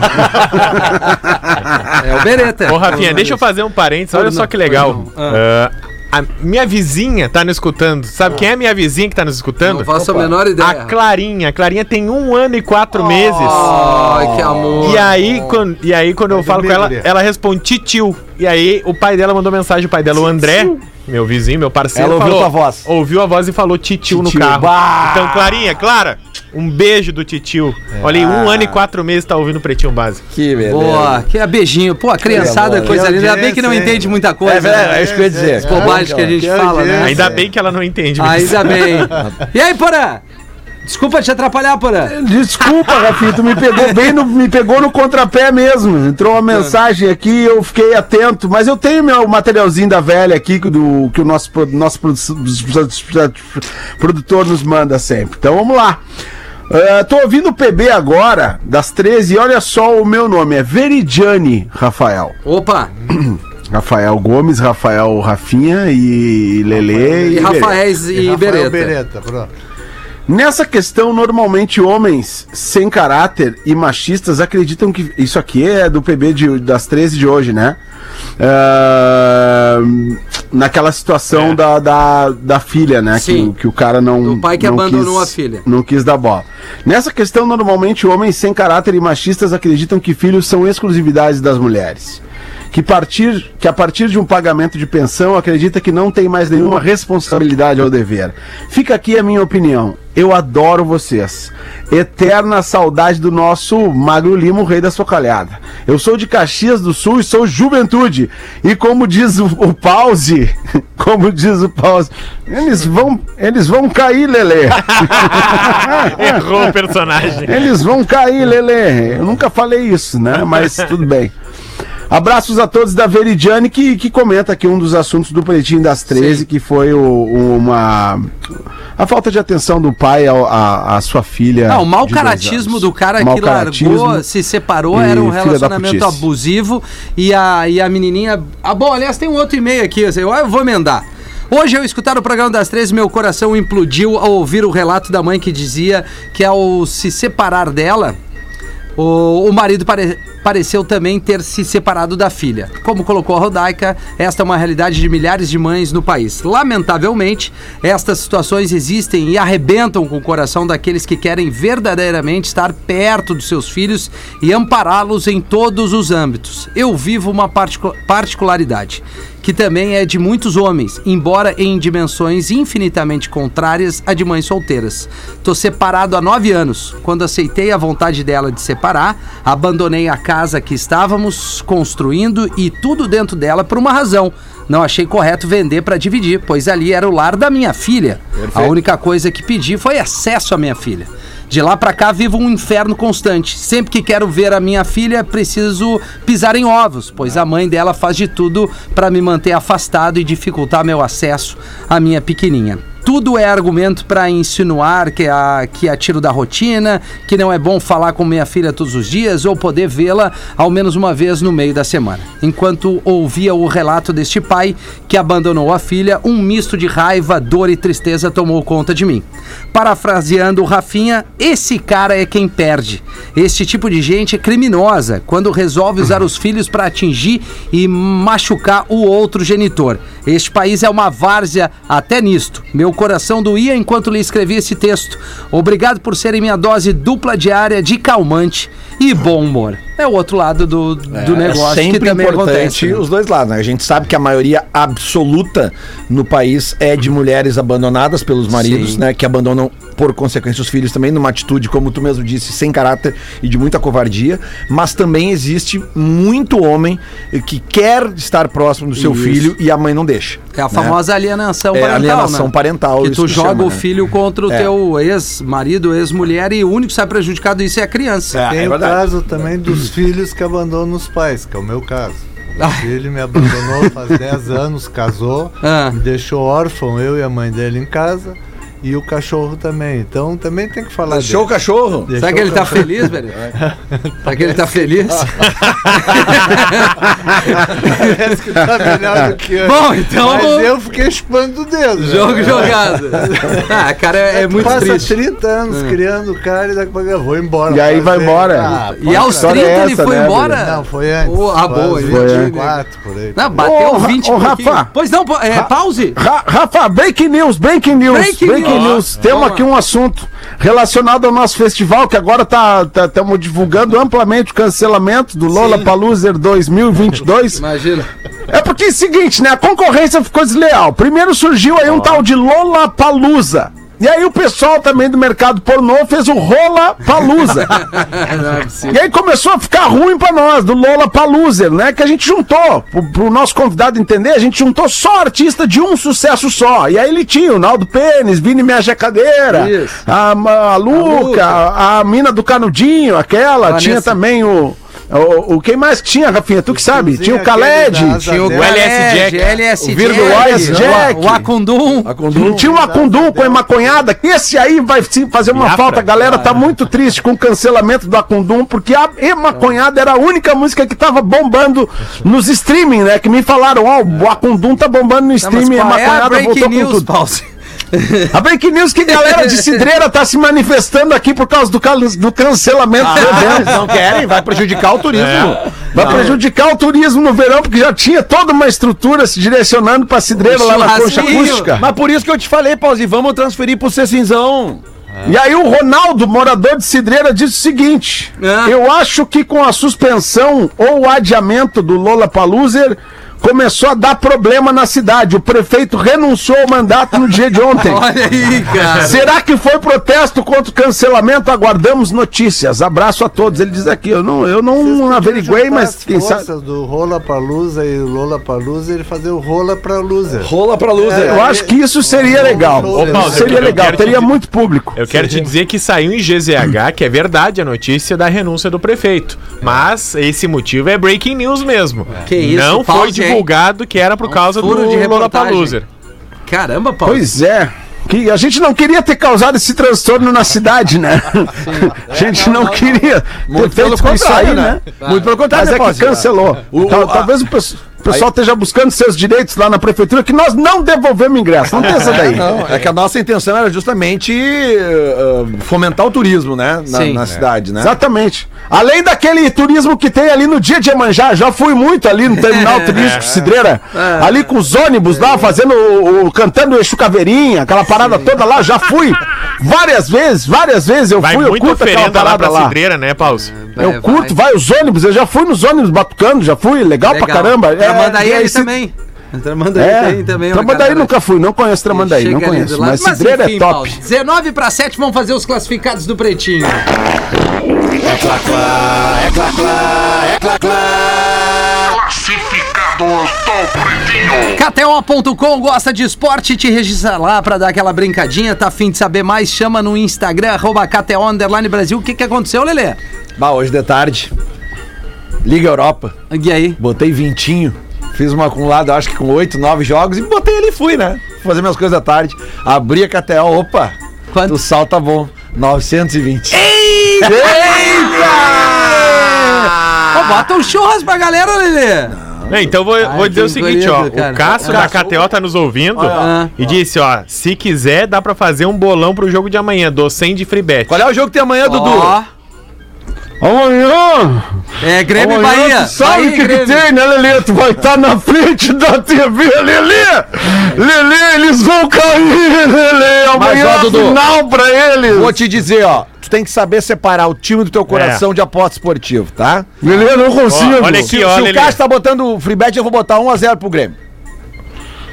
É o Beretta. Ô, Rafinha, é deixa eu fazer um parênteses, olha só que legal. Ah, a minha vizinha tá nos escutando. Sabe Ah. quem é a minha vizinha que tá nos escutando? Não faço a menor ideia. Oh. A Clarinha. A Clarinha tem um ano e quatro meses. Ai, que amor. E aí, quando, e aí, quando eu é falo com bem, ela, guria. ela responde titio. E aí, o pai dela mandou mensagem, o pai dela, o André, meu vizinho, meu parceiro. Ela ouviu falou- tua voz. Ouviu a voz e falou titio, no Titio. carro. Bah! É. Então, Clarinha, Clara, um beijo do titio. Olha aí, um ano e quatro meses tá ouvindo o Pretinho Básico. Que beleza. Boa, que é beijinho. Pô, a criançada é amor. coisa Que linda. Ainda bem que não audiência, entende hein? muita É, coisa. verdade, né? é isso que eu ia dizer. As bobagens que a gente Que fala, né? audiência. Ainda, é. Ainda bem que ela não entende. mas- bem. E aí, Porã? Desculpa te atrapalhar, Porã. Desculpa, Rafinha, tu me pegou bem no, me pegou no contrapé mesmo. Entrou uma mensagem aqui, eu fiquei atento, mas eu tenho meu materialzinho da velha aqui que do que o nosso pro- nosso produ- produtor nos manda sempre. Então vamos lá. Ah, tô ouvindo o PB agora, das 13, e olha só o meu nome, é Veridiane Rafael. Opa, Rafael Gomes, Rafael Rafinha e Lele e e Berê. Rafaéis <laughs> e, Rafael Beretta. Beretta, pronto. Nessa questão, normalmente homens sem caráter e machistas acreditam que. Isso aqui é do PB de- das 13 de hoje, né? Ah, naquela situação da, da, da filha, né? É. Sim. Que, que o cara não. Do pai que não abandonou a filha. Não quis dar bola. Nessa questão, normalmente homens sem caráter e machistas acreditam que filhos são exclusividades das mulheres. Que, partir, que a partir de um pagamento de pensão acredita que não tem mais nenhuma responsabilidade ou dever. Fica aqui a minha opinião. Eu adoro vocês. Eterna saudade do nosso Magro Lima, o rei da socalhada. Eu sou de Caxias do Sul e sou juventude. E como diz o, o Pause, <laughs> como diz o Pause, eles vão, eles vão cair, Lele. <laughs> Errou o personagem. Eles vão cair, Lele. Eu nunca falei isso, né? Mas tudo bem. Abraços a todos da Veridiane, que, que comenta aqui um dos assuntos do Pretinho das 13, que foi o- o- uma. A falta de atenção do pai ao- à à sua filha. Não, o mau de dois caratismo anos. do cara Mau que caratismo. largou, se separou, e era um filha da relacionamento putice. abusivo e a, e a menininha. Ah, bom, aliás, tem um outro e-mail aqui, assim, eu vou emendar. Hoje, ao escutar o programa das três, meu coração implodiu ao ouvir o relato da mãe que dizia que ao se separar dela, o, o marido pare- pareceu também ter se separado da filha. Como colocou a Rodaica, esta é uma realidade de milhares de mães no país. Lamentavelmente, estas situações existem e arrebentam com o coração daqueles que querem verdadeiramente estar perto dos seus filhos e ampará-los em todos os âmbitos. Eu vivo uma particu- particularidade que também é de muitos homens, embora em dimensões infinitamente contrárias à de mães solteiras. Tô separado há nove anos. Quando aceitei a vontade dela de separar, abandonei a casa que estávamos construindo e tudo dentro dela por uma razão. Não achei correto vender para dividir, pois ali era o lar da minha filha. A única coisa que pedi foi acesso à minha filha. De lá pra cá vivo um inferno constante. Sempre que quero ver a minha filha, preciso pisar em ovos, pois a mãe dela faz de tudo pra me manter afastado e dificultar meu acesso à minha pequenininha. Tudo é argumento pra insinuar que a que a tiro da rotina, que não é bom falar com minha filha todos os dias ou poder vê-la ao menos uma vez no meio da semana. Enquanto ouvia o relato deste pai que abandonou a filha, um misto de raiva, dor e tristeza tomou conta de mim. Parafraseando o Rafinha, esse cara é quem perde. Este tipo de gente é criminosa quando resolve usar os filhos para atingir e machucar o outro genitor. Este país é uma várzea até nisto. Meu coração doía enquanto lhe escrevi esse texto. Obrigado por serem minha dose dupla diária de calmante e bom humor. É o outro lado do, do negócio que É, sempre também importante acontece. É né? os dois lados, né? A gente sabe que a maioria absoluta no país é de mulheres abandonadas pelos maridos, né? Que abandonam, por consequência, os filhos também, numa atitude, como tu mesmo disse, sem caráter e de muita covardia. Mas também existe muito homem que quer estar próximo do seu filho e a mãe não deixa. É a famosa alienação É, parental, alienação né? parental, Que isso tu que joga chama, o né? filho contra o É. teu ex-marido, ex-mulher e o único que sai prejudicado disso é a criança. É, Ah, Tem é o verdade. caso também dos filhos que abandonam os pais, que é o meu caso. Ah. Meu <laughs> filho me abandonou faz <laughs> 10 anos, casou, Ah. me deixou órfão, eu e a mãe dele em casa, e o cachorro também. Então também tem que falar Deixou o dele. cachorro? Deixou Será que o ele <laughs> tá feliz, velho? Será que ele tá feliz? Parece que tá melhor do que eu. Bom, então- Mas eu fiquei chupando o dedo. né? Jogo jogado. Ah, cara, é, Tu muito passa triste. É. 30 anos criando o cara e daqui a pouco eu vou embora. E aí fazer- vai embora. Ah, E aos história 30 é ele essa, foi né, embora? Não, foi antes. Ô, ah, boa, Quase ele foi 24 por aí. Não, bateu Ô, Ra- 20 e ô, pouquinho. Rafa. Pois não, po- é, pause. Ra- Rafa, break news, break news, Break break, news. news. Ó, Temos vamos aqui lá. um assunto relacionado ao nosso festival, que agora tá, tá- tamo divulgando amplamente o cancelamento do Lola Paluser 2022. Imagina. É porque é o seguinte, né? A concorrência ficou desleal. Primeiro surgiu aí um tal de Lola Palusa. E aí o pessoal também do mercado pornô fez o Rola Palusa. <laughs> Não é possível. E aí começou a ficar ruim pra nós, do Lola Paluser, né? Que a gente juntou, pro, pro nosso convidado entender, a gente juntou só artista de um sucesso só. E aí ele tinha o Naldo Pênis, Vini Minha Jacadeira, Isso. a, Ma- a Luca. Luca, a, a Mina do Canudinho, aquela, Vanessa. tinha também o, o. O quem mais tinha, Rafinha? Tu que sabe? Tinha o Khaled. Tinha o LS Jack. LS O Virgo LS Jack. o Acundum. Tinha uma Acundum com a Emaconhada, que esse aí vai sim fazer uma Biafra. falta. A galera tá muito triste com o cancelamento do Acundum, porque a Emaconhada era a única música que tava bombando nos streaming, né? Que me falaram, ó, o Acundum tá bombando no Tá, mas streaming, a qual é a Emaconhada break voltou com news, tudo. pause. A break news que a galera de Cidreira tá se manifestando aqui por causa do, cal- do cancelamento do evento. Ah, É. Não querem? Vai prejudicar o turismo. Vai prejudicar o turismo no verão, porque já tinha toda uma estrutura se direcionando pra Cidreira lá na concha churrasquinho. acústica. Mas por isso que eu te falei, Pause, vamos transferir pro Cecinzão. E aí o Ronaldo, morador de Cidreira, disse o seguinte: Ah. Eu acho que com a suspensão ou o adiamento do Lola Paluser começou a dar problema na cidade. O prefeito renunciou ao mandato no dia de <laughs> ontem. Olha aí, Ah. cara. Será que foi protesto contra o cancelamento? Aguardamos notícias. Abraço a todos. Ele diz aqui, eu não, eu não averiguei, mas quem sabe. do Rola pra Lusa e o Lola pra Lusa, ele fazer o Rola pra Lusa. Rola pra luz. Eu acho que isso seria legal. Ô, Paulo, seria eu legal, quero te teria dizer- muito público. Eu quero te dizer que saiu em GZH, que é verdade a notícia da renúncia do prefeito. Mas esse motivo é breaking news mesmo. Que isso, Não foi pause, hein? É um divulgado que era por causa do furo de reportagem. Lollapalooza. Caramba, pause. Pois é. Que a gente não queria ter causado esse transtorno na cidade, né? <laughs> A É, gente não, queria ter feito isso aí, né? Muito pelo contrário, Mas é né, que Pause? cancelou. Tal- Talvez o pesso- o pessoal, pessoal esteja buscando seus direitos lá na prefeitura, que nós não devolvemos ingresso. <laughs> Não tem essa daí. Não, é que a nossa intenção era justamente eh, fomentar o turismo, né? Na, Sim. na é. cidade, né? Exatamente. Além daquele turismo que tem ali no dia de Emanjá, já fui muito ali <laughs> no É. terminal turístico Cidreira, ali com os ônibus lá fazendo o, o- cantando o Exu Caveirinha, aquela parada toda lá, já fui várias vezes, várias vezes eu Vai fui, eu muito curto aquela oferenda lá parada pra lá. cidreira, né, Paus? É, Eu curto, vai. os ônibus, eu já fui nos ônibus batucando, já fui, legal, pra caramba. É, Tramandaí e aí ele se- também. Tramandaí É, tem também. uma Tramandaí galera nunca fui, não conheço que Tramandaí, chega não ali do conheço, lado. mas Cidreira enfim, é top. Paulo, 19 para 7, vamos fazer os classificados do Pretinho. KTO.com gosta de esporte, te registra lá pra dar aquela brincadinha, tá afim de saber mais, chama no Instagram, arroba KTO Underline Brasil. O que que aconteceu, Lelê? Bah, hoje de tarde. Liga Europa. E aí? Botei vintinho. Fiz uma acumulada, acho que com oito, nove jogos. E botei ali e fui, né? Fazer minhas coisas à tarde. Abri a KTO. Opa! Quanto? O sal tá bom. 920. Ó, bota um churras pra galera, Lelê. É, então vou, vou dizer o Ah, que seguinte, ó. gurido, cara. O Cássio da KTO tá nos ouvindo lá. e disse, ó, se quiser, dá pra fazer um bolão pro jogo de amanhã, do 100 de free bet. Qual é o jogo que tem Ah, amanhã, Dudu? Ó, Amanhã, é Grêmio e Amanhã Bahia. tu sabe Bahia o e que, que Grêmio. tem, né, Lelê? Tu vai tá estar na frente da TV, Lelê! Lelê, eles vão cair, Lelê! Amanhã ó, é Dudu, final pra eles! Vou te dizer, ó. Tu tem que saber separar o time do teu coração de aposta esportivo, tá? Lelê, eu não consigo! É. Ó, olha aqui, Se, ó, se Lelê. o Cássio tá botando o free bet, eu vou botar 1x0 pro Grêmio.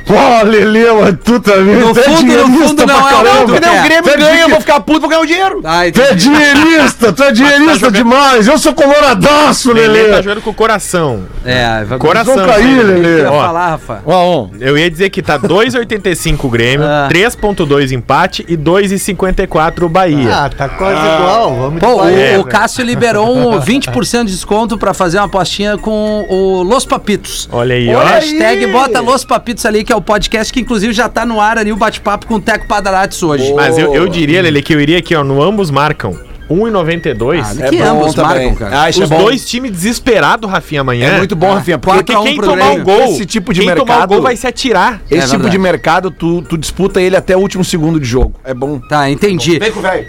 Pô, Lelê, mas tu também No tu é fundo, no dinheirista fundo, não pra é o caramba. Dudu. Porque daí É, o Grêmio tu é ganha, dique- eu vou ficar puto, vou ganhar o dinheiro. Ai, Tu é dinheirista, tu é dinheirista demais! Eu sou coloradaço, Lelê tá Lelê! jogando com o coração. É, vai Coração. Vão cair, Lelê. Lelê. Ia Ó, falar, Rafa. Ó, ó. Eu ia dizer que tá 2,85 o Grêmio, Ah. 3,2 empate e 2,54 o Bahia. Ah, tá quase igual. Vamos de Pô, né? o, Bahia, né? É. o Cássio liberou <laughs> um 20% de desconto pra fazer uma apostinha com o Los Papitos. Olha aí, ó. Hashtag bota Los Papitos ali, que é o podcast que inclusive já tá no ar ali, o bate-papo com o Teco Padarates hoje. Mas eu, eu diria, Lele, que eu iria aqui, ó, no ambos marcam 1,92. que ambos marcam, cara. Ah, isso é Os Ah, bom. dois times desesperados, Rafinha, amanhã. É muito bom, Rafinha. Porque Porque Quatro a um quem pro tomar Grêmio. o gol, Esse tipo de quem tomar o mercado- gol vai se atirar. esse tipo verdade. de mercado, tu, tu disputa ele até o último segundo de jogo. É bom. Tá, entendi.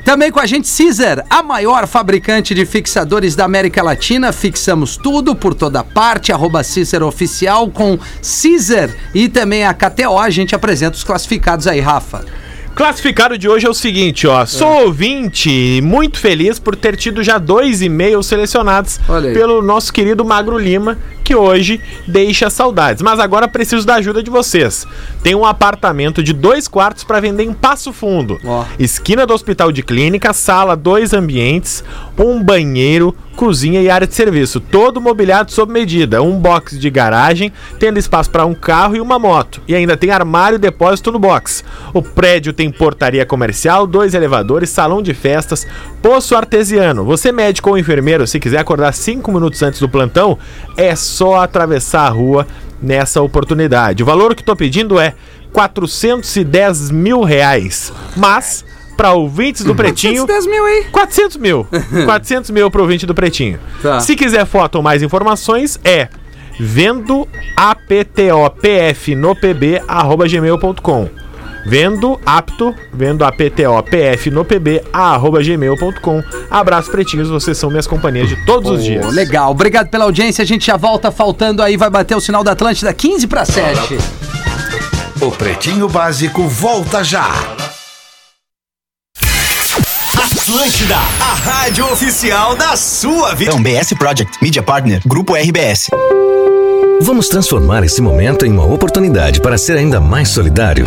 Também com a gente, Caesar, a maior fabricante de fixadores da América Latina. Fixamos tudo por toda parte. Arroba Caesar Oficial com Caesar e também a KTO. A gente apresenta os classificados aí, Rafa. Classificado de hoje é o seguinte, ó. Sou ouvinte e muito feliz por ter tido já dois e-mails selecionados Olha aí. pelo nosso querido Magro Lima, que hoje deixa saudades. Mas agora preciso da ajuda de vocês. Tem um apartamento de dois quartos para vender em Passo Fundo. Ó. Esquina do Hospital de Clínica, sala, dois ambientes, um banheiro, cozinha e área de serviço. Todo mobiliado sob medida. Um box de garagem, tendo espaço para um carro e uma moto. E ainda tem armário e depósito no box. O prédio tem portaria comercial, dois elevadores, salão de festas, poço artesiano. Você, médico ou enfermeiro, se quiser acordar cinco minutos antes do plantão, é só atravessar a rua nessa oportunidade. O valor que estou pedindo é 410 mil reais. Mas, para ouvintes do Pretinho. 410 mil, hein? <laughs> 400 mil. 400 mil pro ouvinte do Pretinho. Tá. Se quiser foto ou mais informações, é vendo aptopf no pb arroba gmail.com vendo apto vendo aptopf no pb arroba gmail.com abraço pretinhos vocês são minhas companhias de todos os dias Pô, Legal, obrigado pela audiência. A gente já volta faltando aí, vai bater o sinal da Atlântida 15 para 7. O Pretinho Básico volta já. Atlântida, a rádio oficial da sua vida. Então, BS Project, Media Partner, Grupo RBS. Vamos transformar esse momento em uma oportunidade para ser ainda mais solidário.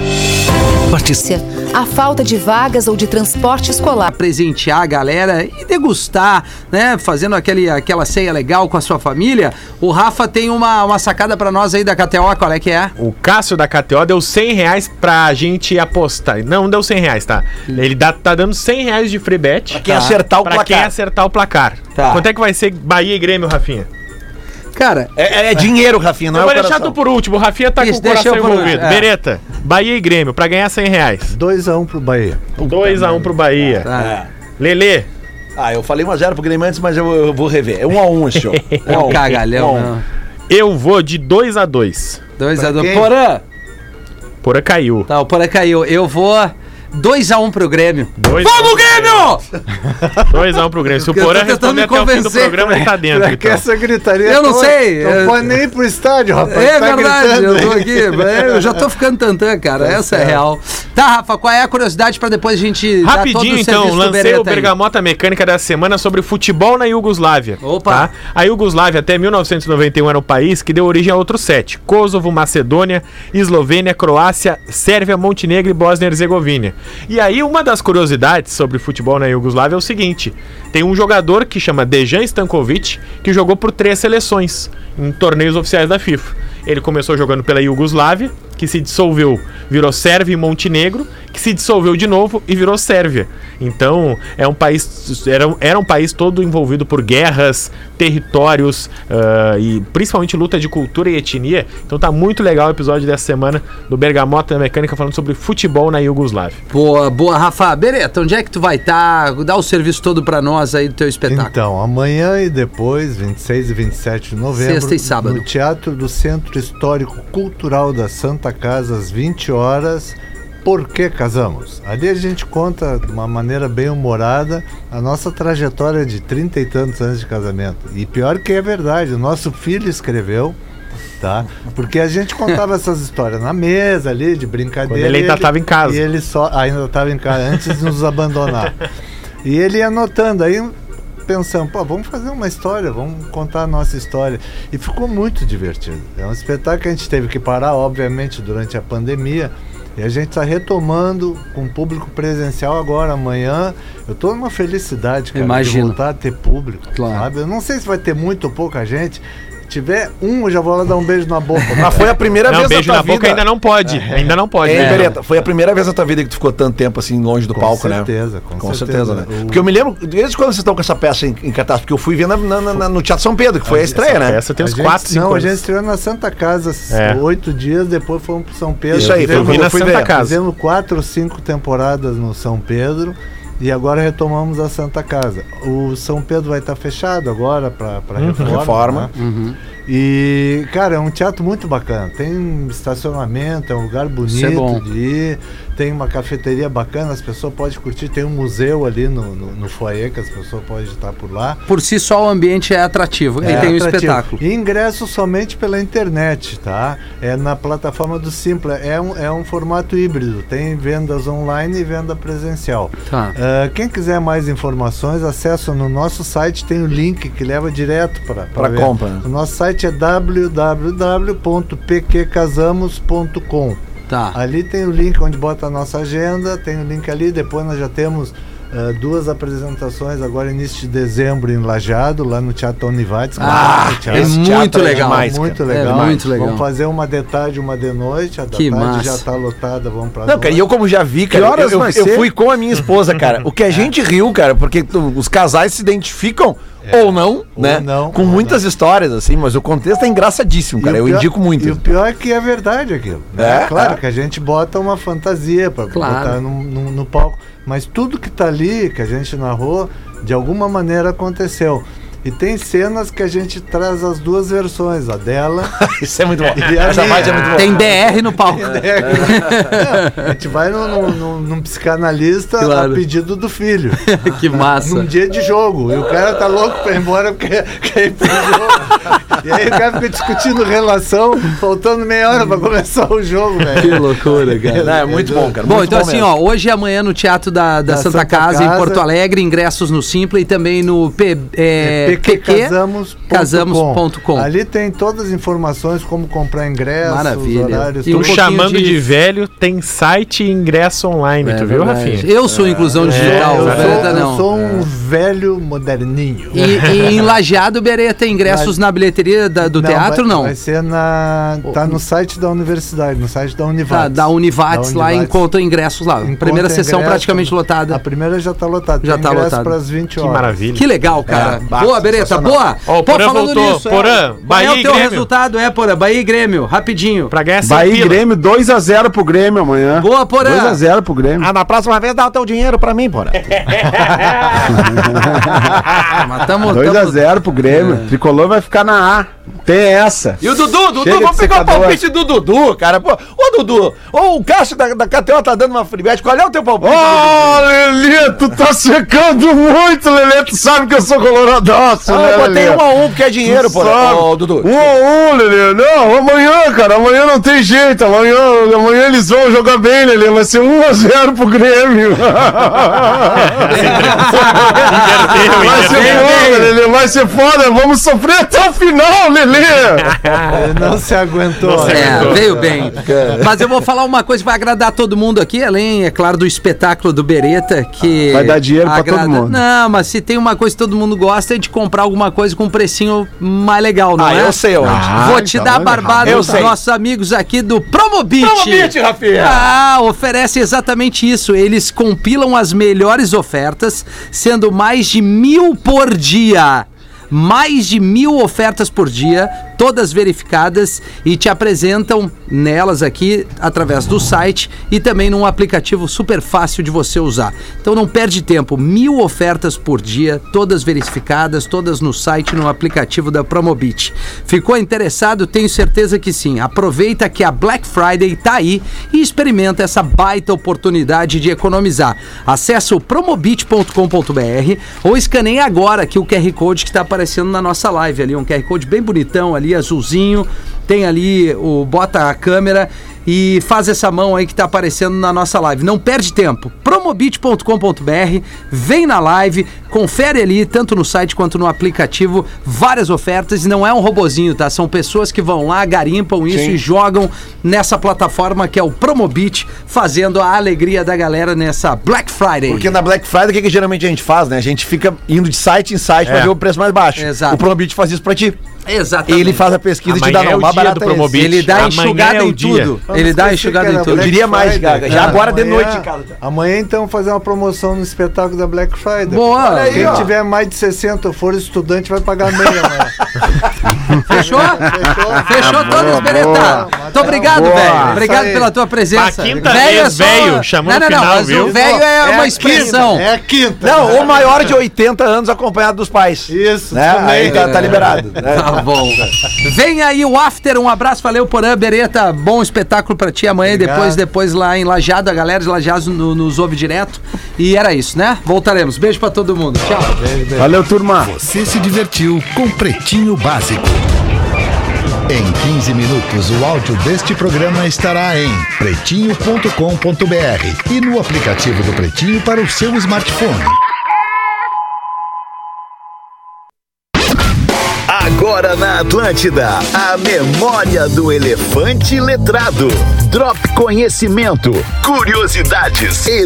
Participe. a falta de vagas ou de transporte escolar. Presentear a galera e degustar, né? Fazendo aquele, aquela ceia legal com a sua família. O Rafa tem uma, uma sacada para nós aí da KTO, qual é que é? O Cássio da KTO deu 100 reais pra gente apostar. Não deu 100 reais, tá? Ele dá, tá dando 100 reais de free bet. Pra quem acertar o pra placar. quem acertar o placar. Tá. Quanto é que vai ser Bahia e Grêmio, Rafinha? Cara, É, é- é dinheiro, Rafinha, não Eu é vou o deixar coração. tu por último. O Rafinha tá Isso, com o deixa eu coração por último, envolvido. é. Bereta, Bahia e Grêmio, pra ganhar 100 reais. 2x1 pro Bahia. 2x1 pro Bahia. tá. Lelê, <laughs> Ah, eu falei 1x0 pro Grêmio antes, mas eu, eu vou rever. É 1x1 esse jogo. É um cagalhão, um a um. né? Eu vou de 2 a 2 2 a 2 quem? Porã. Porã caiu. Tá, o Porã caiu. Eu vou 2 a 1 pro Grêmio. Dois um. Vamos, Grêmio! 2 a 1 um pro Grêmio. Se o Eu tô Porã tentando me responder até o fim do convencer. né? programa, ele tá dentro. Pra que Então. essa gritaria? Eu não toda? sei, Não é- pode nem ir pro estádio, rapaz. É tá verdade, gritando eu tô aí. aqui. é, Eu já tô ficando tantã, cara. Essa é real. Tá, Rafa, qual é a curiosidade pra depois a gente dar todo Rapidinho, o então, serviço do lancei Beretta o aí? Bergamota Mecânica da semana sobre futebol na Iugoslávia. Opa. tá? A Iugoslávia até 1991 era um país que deu origem a outros sete: Kosovo, Macedônia, Eslovênia, Croácia, Sérvia, Montenegro e Bósnia e Herzegovina. E aí, uma das curiosidades sobre futebol na Iugoslávia é o seguinte: tem um jogador que chama Dejan Stankovic, que jogou por três seleções em torneios oficiais da FIFA. Ele começou jogando pela Iugoslávia, que se dissolveu, virou Sérvia e Montenegro, que se dissolveu de novo e virou Sérvia. Então, é um país, era, era um país todo envolvido por guerras, territórios ah, e principalmente luta de cultura e etnia. Então tá muito legal o episódio dessa semana do Bergamota Mecânica falando sobre futebol na Iugoslávia. Boa, boa, Rafa. Beretta, onde é que tu vai estar? Dá o serviço todo pra nós aí do teu espetáculo. Então, amanhã e depois, 26 e 27 de novembro, Sexta e sábado. no Teatro do Centro Histórico Cultural da Santa Casa, às 20 horas, Por que Casamos? Ali a gente conta de uma maneira bem humorada a nossa trajetória de trinta e tantos anos de casamento. E pior que é verdade, o nosso filho escreveu. Tá? Porque a <laughs> gente contava essas histórias na mesa ali, de brincadeira. Quando ele ainda tava em casa. E ele só ainda estava em casa, antes de nos abandonar. E ele ia anotando, aí pensamos, pô, vamos fazer uma história, vamos contar a nossa história. E ficou muito divertido. É um espetáculo que a gente teve que parar, obviamente, durante a pandemia. E a gente está retomando com o público presencial agora, amanhã. Eu estou numa felicidade, cara, de Imagino. voltar a ter público. Claro. Sabe? Eu não sei se vai ter muito ou pouca gente. Se tiver um, eu já vou lá dar um beijo na <laughs> boca. Mas Ah, foi a primeira Não, vez beijo na boca ainda não pode. Ainda não É, pode. Hein, né? Beretta? Foi a primeira vez na tua vida que tu ficou tanto tempo assim longe do Com palco, certeza, né? com certeza, certeza. né? O- Porque eu me lembro, desde quando vocês estão com essa peça em, em cartaz? Porque eu fui ver na- na- na- no Teatro São Pedro, que foi a estreia, né? Essa tem uns A gente- 4, 5 Não, a anos. gente estreou na Santa Casa É. oito dias, depois fomos pro São Pedro. Isso né? aí, foi Eu fizemos, quando vi na eu fui Santa ver. Casa. fizemos um quatro ou cinco temporadas no São Pedro e agora retomamos a Santa Casa. O São Pedro vai estar fechado agora para Uhum. reforma. reforma. né? E, cara, é um teatro muito bacana. Tem estacionamento, é um lugar bonito Isso é bom. de ir. Tem uma cafeteria bacana, as pessoas podem curtir. Tem um museu ali no, no, no foyer que as pessoas podem estar por lá. Por si só o ambiente é atrativo. e Então. É, tem o atrativo. espetáculo. E ingresso somente pela internet, tá? É na plataforma do Simpla. É um, é um formato híbrido. Tem vendas online e venda presencial. Tá. Ah, quem quiser mais informações, acessa no nosso site. Tem o link que leva direto para Pra compra, né? O nosso site é www.pqcasamos.com. Tá. Ali tem o link onde bota a nossa agenda, tem o link ali, depois nós já temos ah, duas apresentações agora início de dezembro em Lajado, lá no Teatro Univates. Ah, Claro, é teatro. muito é legal. demais, cara. muito É legal. muito legal. Vamos fazer uma de tarde, uma de noite. A da Que tarde massa. já está lotada, vamos para Não, cara, e eu como já vi, cara, Que horas eu, eu, vai eu ser? fui com a minha esposa, cara. O que <laughs> É. a gente riu, cara, porque tu- os casais se identificam ou não, É. Ou né? não, com ou muitas histórias, assim, mas o contexto é engraçadíssimo, cara. E o Eu pior- indico E o muito. pior é que é verdade aquilo. É, É, claro é. que a gente bota uma fantasia para Claro. botar no, no- no palco. Mas tudo que tá ali, que a gente narrou, de alguma maneira aconteceu. E tem cenas que a gente traz as duas versões, a dela. <laughs> Isso é muito bom. E a Essa minha- né? parte é muito boa. Tem DR no <laughs> palco. Não, a gente vai num, num- num- num psicanalista Claro. a pedido do filho. que Num massa. dia de jogo. E o cara tá louco pra ir embora porque quer ir pro jogo. E aí o cara fica discutindo relação, faltando meia hora pra começar o jogo, Que velho. loucura, cara. Não, é muito bom, cara. Bom, muito então assim, mesmo. ó, hoje e amanhã no Teatro da, da Da Santa, Santa Casa, em Casa. Porto Alegre, ingressos no Simpla e também no P, é, PQ. PQCasamos.com. casamos.com. Ali tem todas as informações, como comprar ingressos, Maravilha. horários, E Tu um tudo. pouquinho chamando de... de É velho, tem site e ingresso online, tu viu, verdade. Rafinha? Eu sou inclusão digital, eu, é, sou, Bereta eu não. sou um velho moderninho. E, e em Lajeado, Bereta, ingressos na bilheteria da- é do teatro, vai, não? Vai ser na. Tá no site da universidade, no site da Univates. Tá, da Univates lá, Univates. encontra ingressos lá. Encontra Primeira sessão ingresso, né? praticamente lotada. A primeira já tá lotada. Já tá lotada. para as 20 Que horas. maravilha. Que legal, cara. É, bah, boa, Bereta, boa. Ó, o Porã voltou. é, qual Porã, é Bahia o e teu Grêmio. resultado? É, Porã, Bahia e Grêmio, rapidinho. Pra ganhar 100 Bahia e pila. Grêmio, 2x0 pro Grêmio amanhã. Boa, Porã. 2x0 pro Grêmio. Ah, na próxima vez dá o teu dinheiro pra mim, porra. Ah, mas tamo- tamo- 2x0 pro Grêmio. Tricolor vai ficar na A. Tem essa. É. E o Dudu, Dudu, Chega vamos de pegar o secador. palpite do Dudu, cara. Pô, ô Dudu, ô, o Cássio da, da KTO tá dando uma freebet. Qual é o teu palpite? Ô, Lelê, tu <laughs> tá secando muito, Lelê. Tu sabe que eu sou coloradaço, Ah, né, eu botei Lelê? um a um porque é dinheiro, Tu pô. sabe. Ô, Dudu. Um a um, Lelê. Não, amanhã, cara. Amanhã não tem jeito. Amanhã, amanhã eles vão jogar bem, Lelê. Vai ser 1 a 0 pro Grêmio. <laughs> É, <laughs> Vai ser foda, Lelê. Vai ser foda. Vamos sofrer até o final, Lelê. Ele não se aguentou. É, veio <laughs> bem. Mas eu vou falar uma coisa que vai agradar todo mundo aqui, além, é claro, do espetáculo do Bereta, que. Vai dar dinheiro pra todo mundo. Não, mas se tem uma coisa que todo mundo gosta é de comprar alguma coisa com um precinho mais legal, não Ah, é? eu sei onde. Vou então te é dar a barbada Eu dos sei. nossos amigos aqui do Promobit. Promobit, Rafinha. Ah, oferece exatamente isso. Eles compilam as melhores ofertas, sendo mais de mil por dia. Mais de mil ofertas por dia, todas verificadas e te apresentam nelas aqui através do site e também num aplicativo super fácil de você usar. Então não perde tempo, mil ofertas por dia, todas verificadas, todas no site, no aplicativo da Promobit. Ficou interessado? Tenho certeza que sim. Aproveita que a Black Friday tá aí e experimenta essa baita oportunidade de economizar. Acesse o promobit.com.br ou escaneie agora aqui o QR Code que está aparecendo na nossa live ali, um QR Code bem bonitão ali, azulzinho. Tem ali o bota a câmera e faz essa mão aí que tá aparecendo na nossa live. Não perde tempo. Promobit.com.br, vem na live, confere ali, tanto no site quanto no aplicativo, várias ofertas. E não é um robozinho, tá? São pessoas que vão lá, garimpam isso e jogam nessa plataforma que é o Promobit, fazendo a alegria da galera nessa Black Friday. Porque na Black Friday, o que, que geralmente a gente faz, né? A gente fica indo de site em site É. pra ver o preço mais baixo. Exato. O Promobit faz isso pra ti. Exatamente. Ele faz a pesquisa e te Amanhã dá é não, o mais dia barato do é esse. Promobit. Ele dá Amanhã enxugada é o em dia. tudo. Eu não Ele dá esqueci enxugada que em era tudo. é Black diria mais, Friday. Ah, Gaga, já agora de noite, cara. Amanhã, então, fazer uma promoção no espetáculo da Black Friday. Boa! Olha aí, Quem ó. tiver mais de 60 for estudante, vai pagar meia amanhã. Fechou? Fechou? Fechou todos, Beretta. Muito obrigado, Boa. velho. Isso Obrigado aí. pela tua presença. A quinta Véio é vez, só- véio, chamou Não, não, no não. final, Mas o viu? velho é, uma a expressão. <laughs> quinta, É a quinta. Não, ou maior de 80 anos acompanhado dos pais. Isso, né? também. Aí tá, tá liberado. né? Tá bom. Vem aí o After, um abraço, valeu Porã, Bereta, bom espetáculo pra ti amanhã, e depois, depois lá em Lajado, a galera de Lajado no- nos ouve direto, e era isso, né? Voltaremos, beijo pra todo mundo, tchau. Valeu, turma. Você se divertiu com Pretinho Básico. Em 15 minutos, o áudio deste programa estará em pretinho.com.br e no aplicativo do Pretinho para o seu smartphone. Agora na Atlântida, a memória do elefante letrado. Drop conhecimento, curiosidades e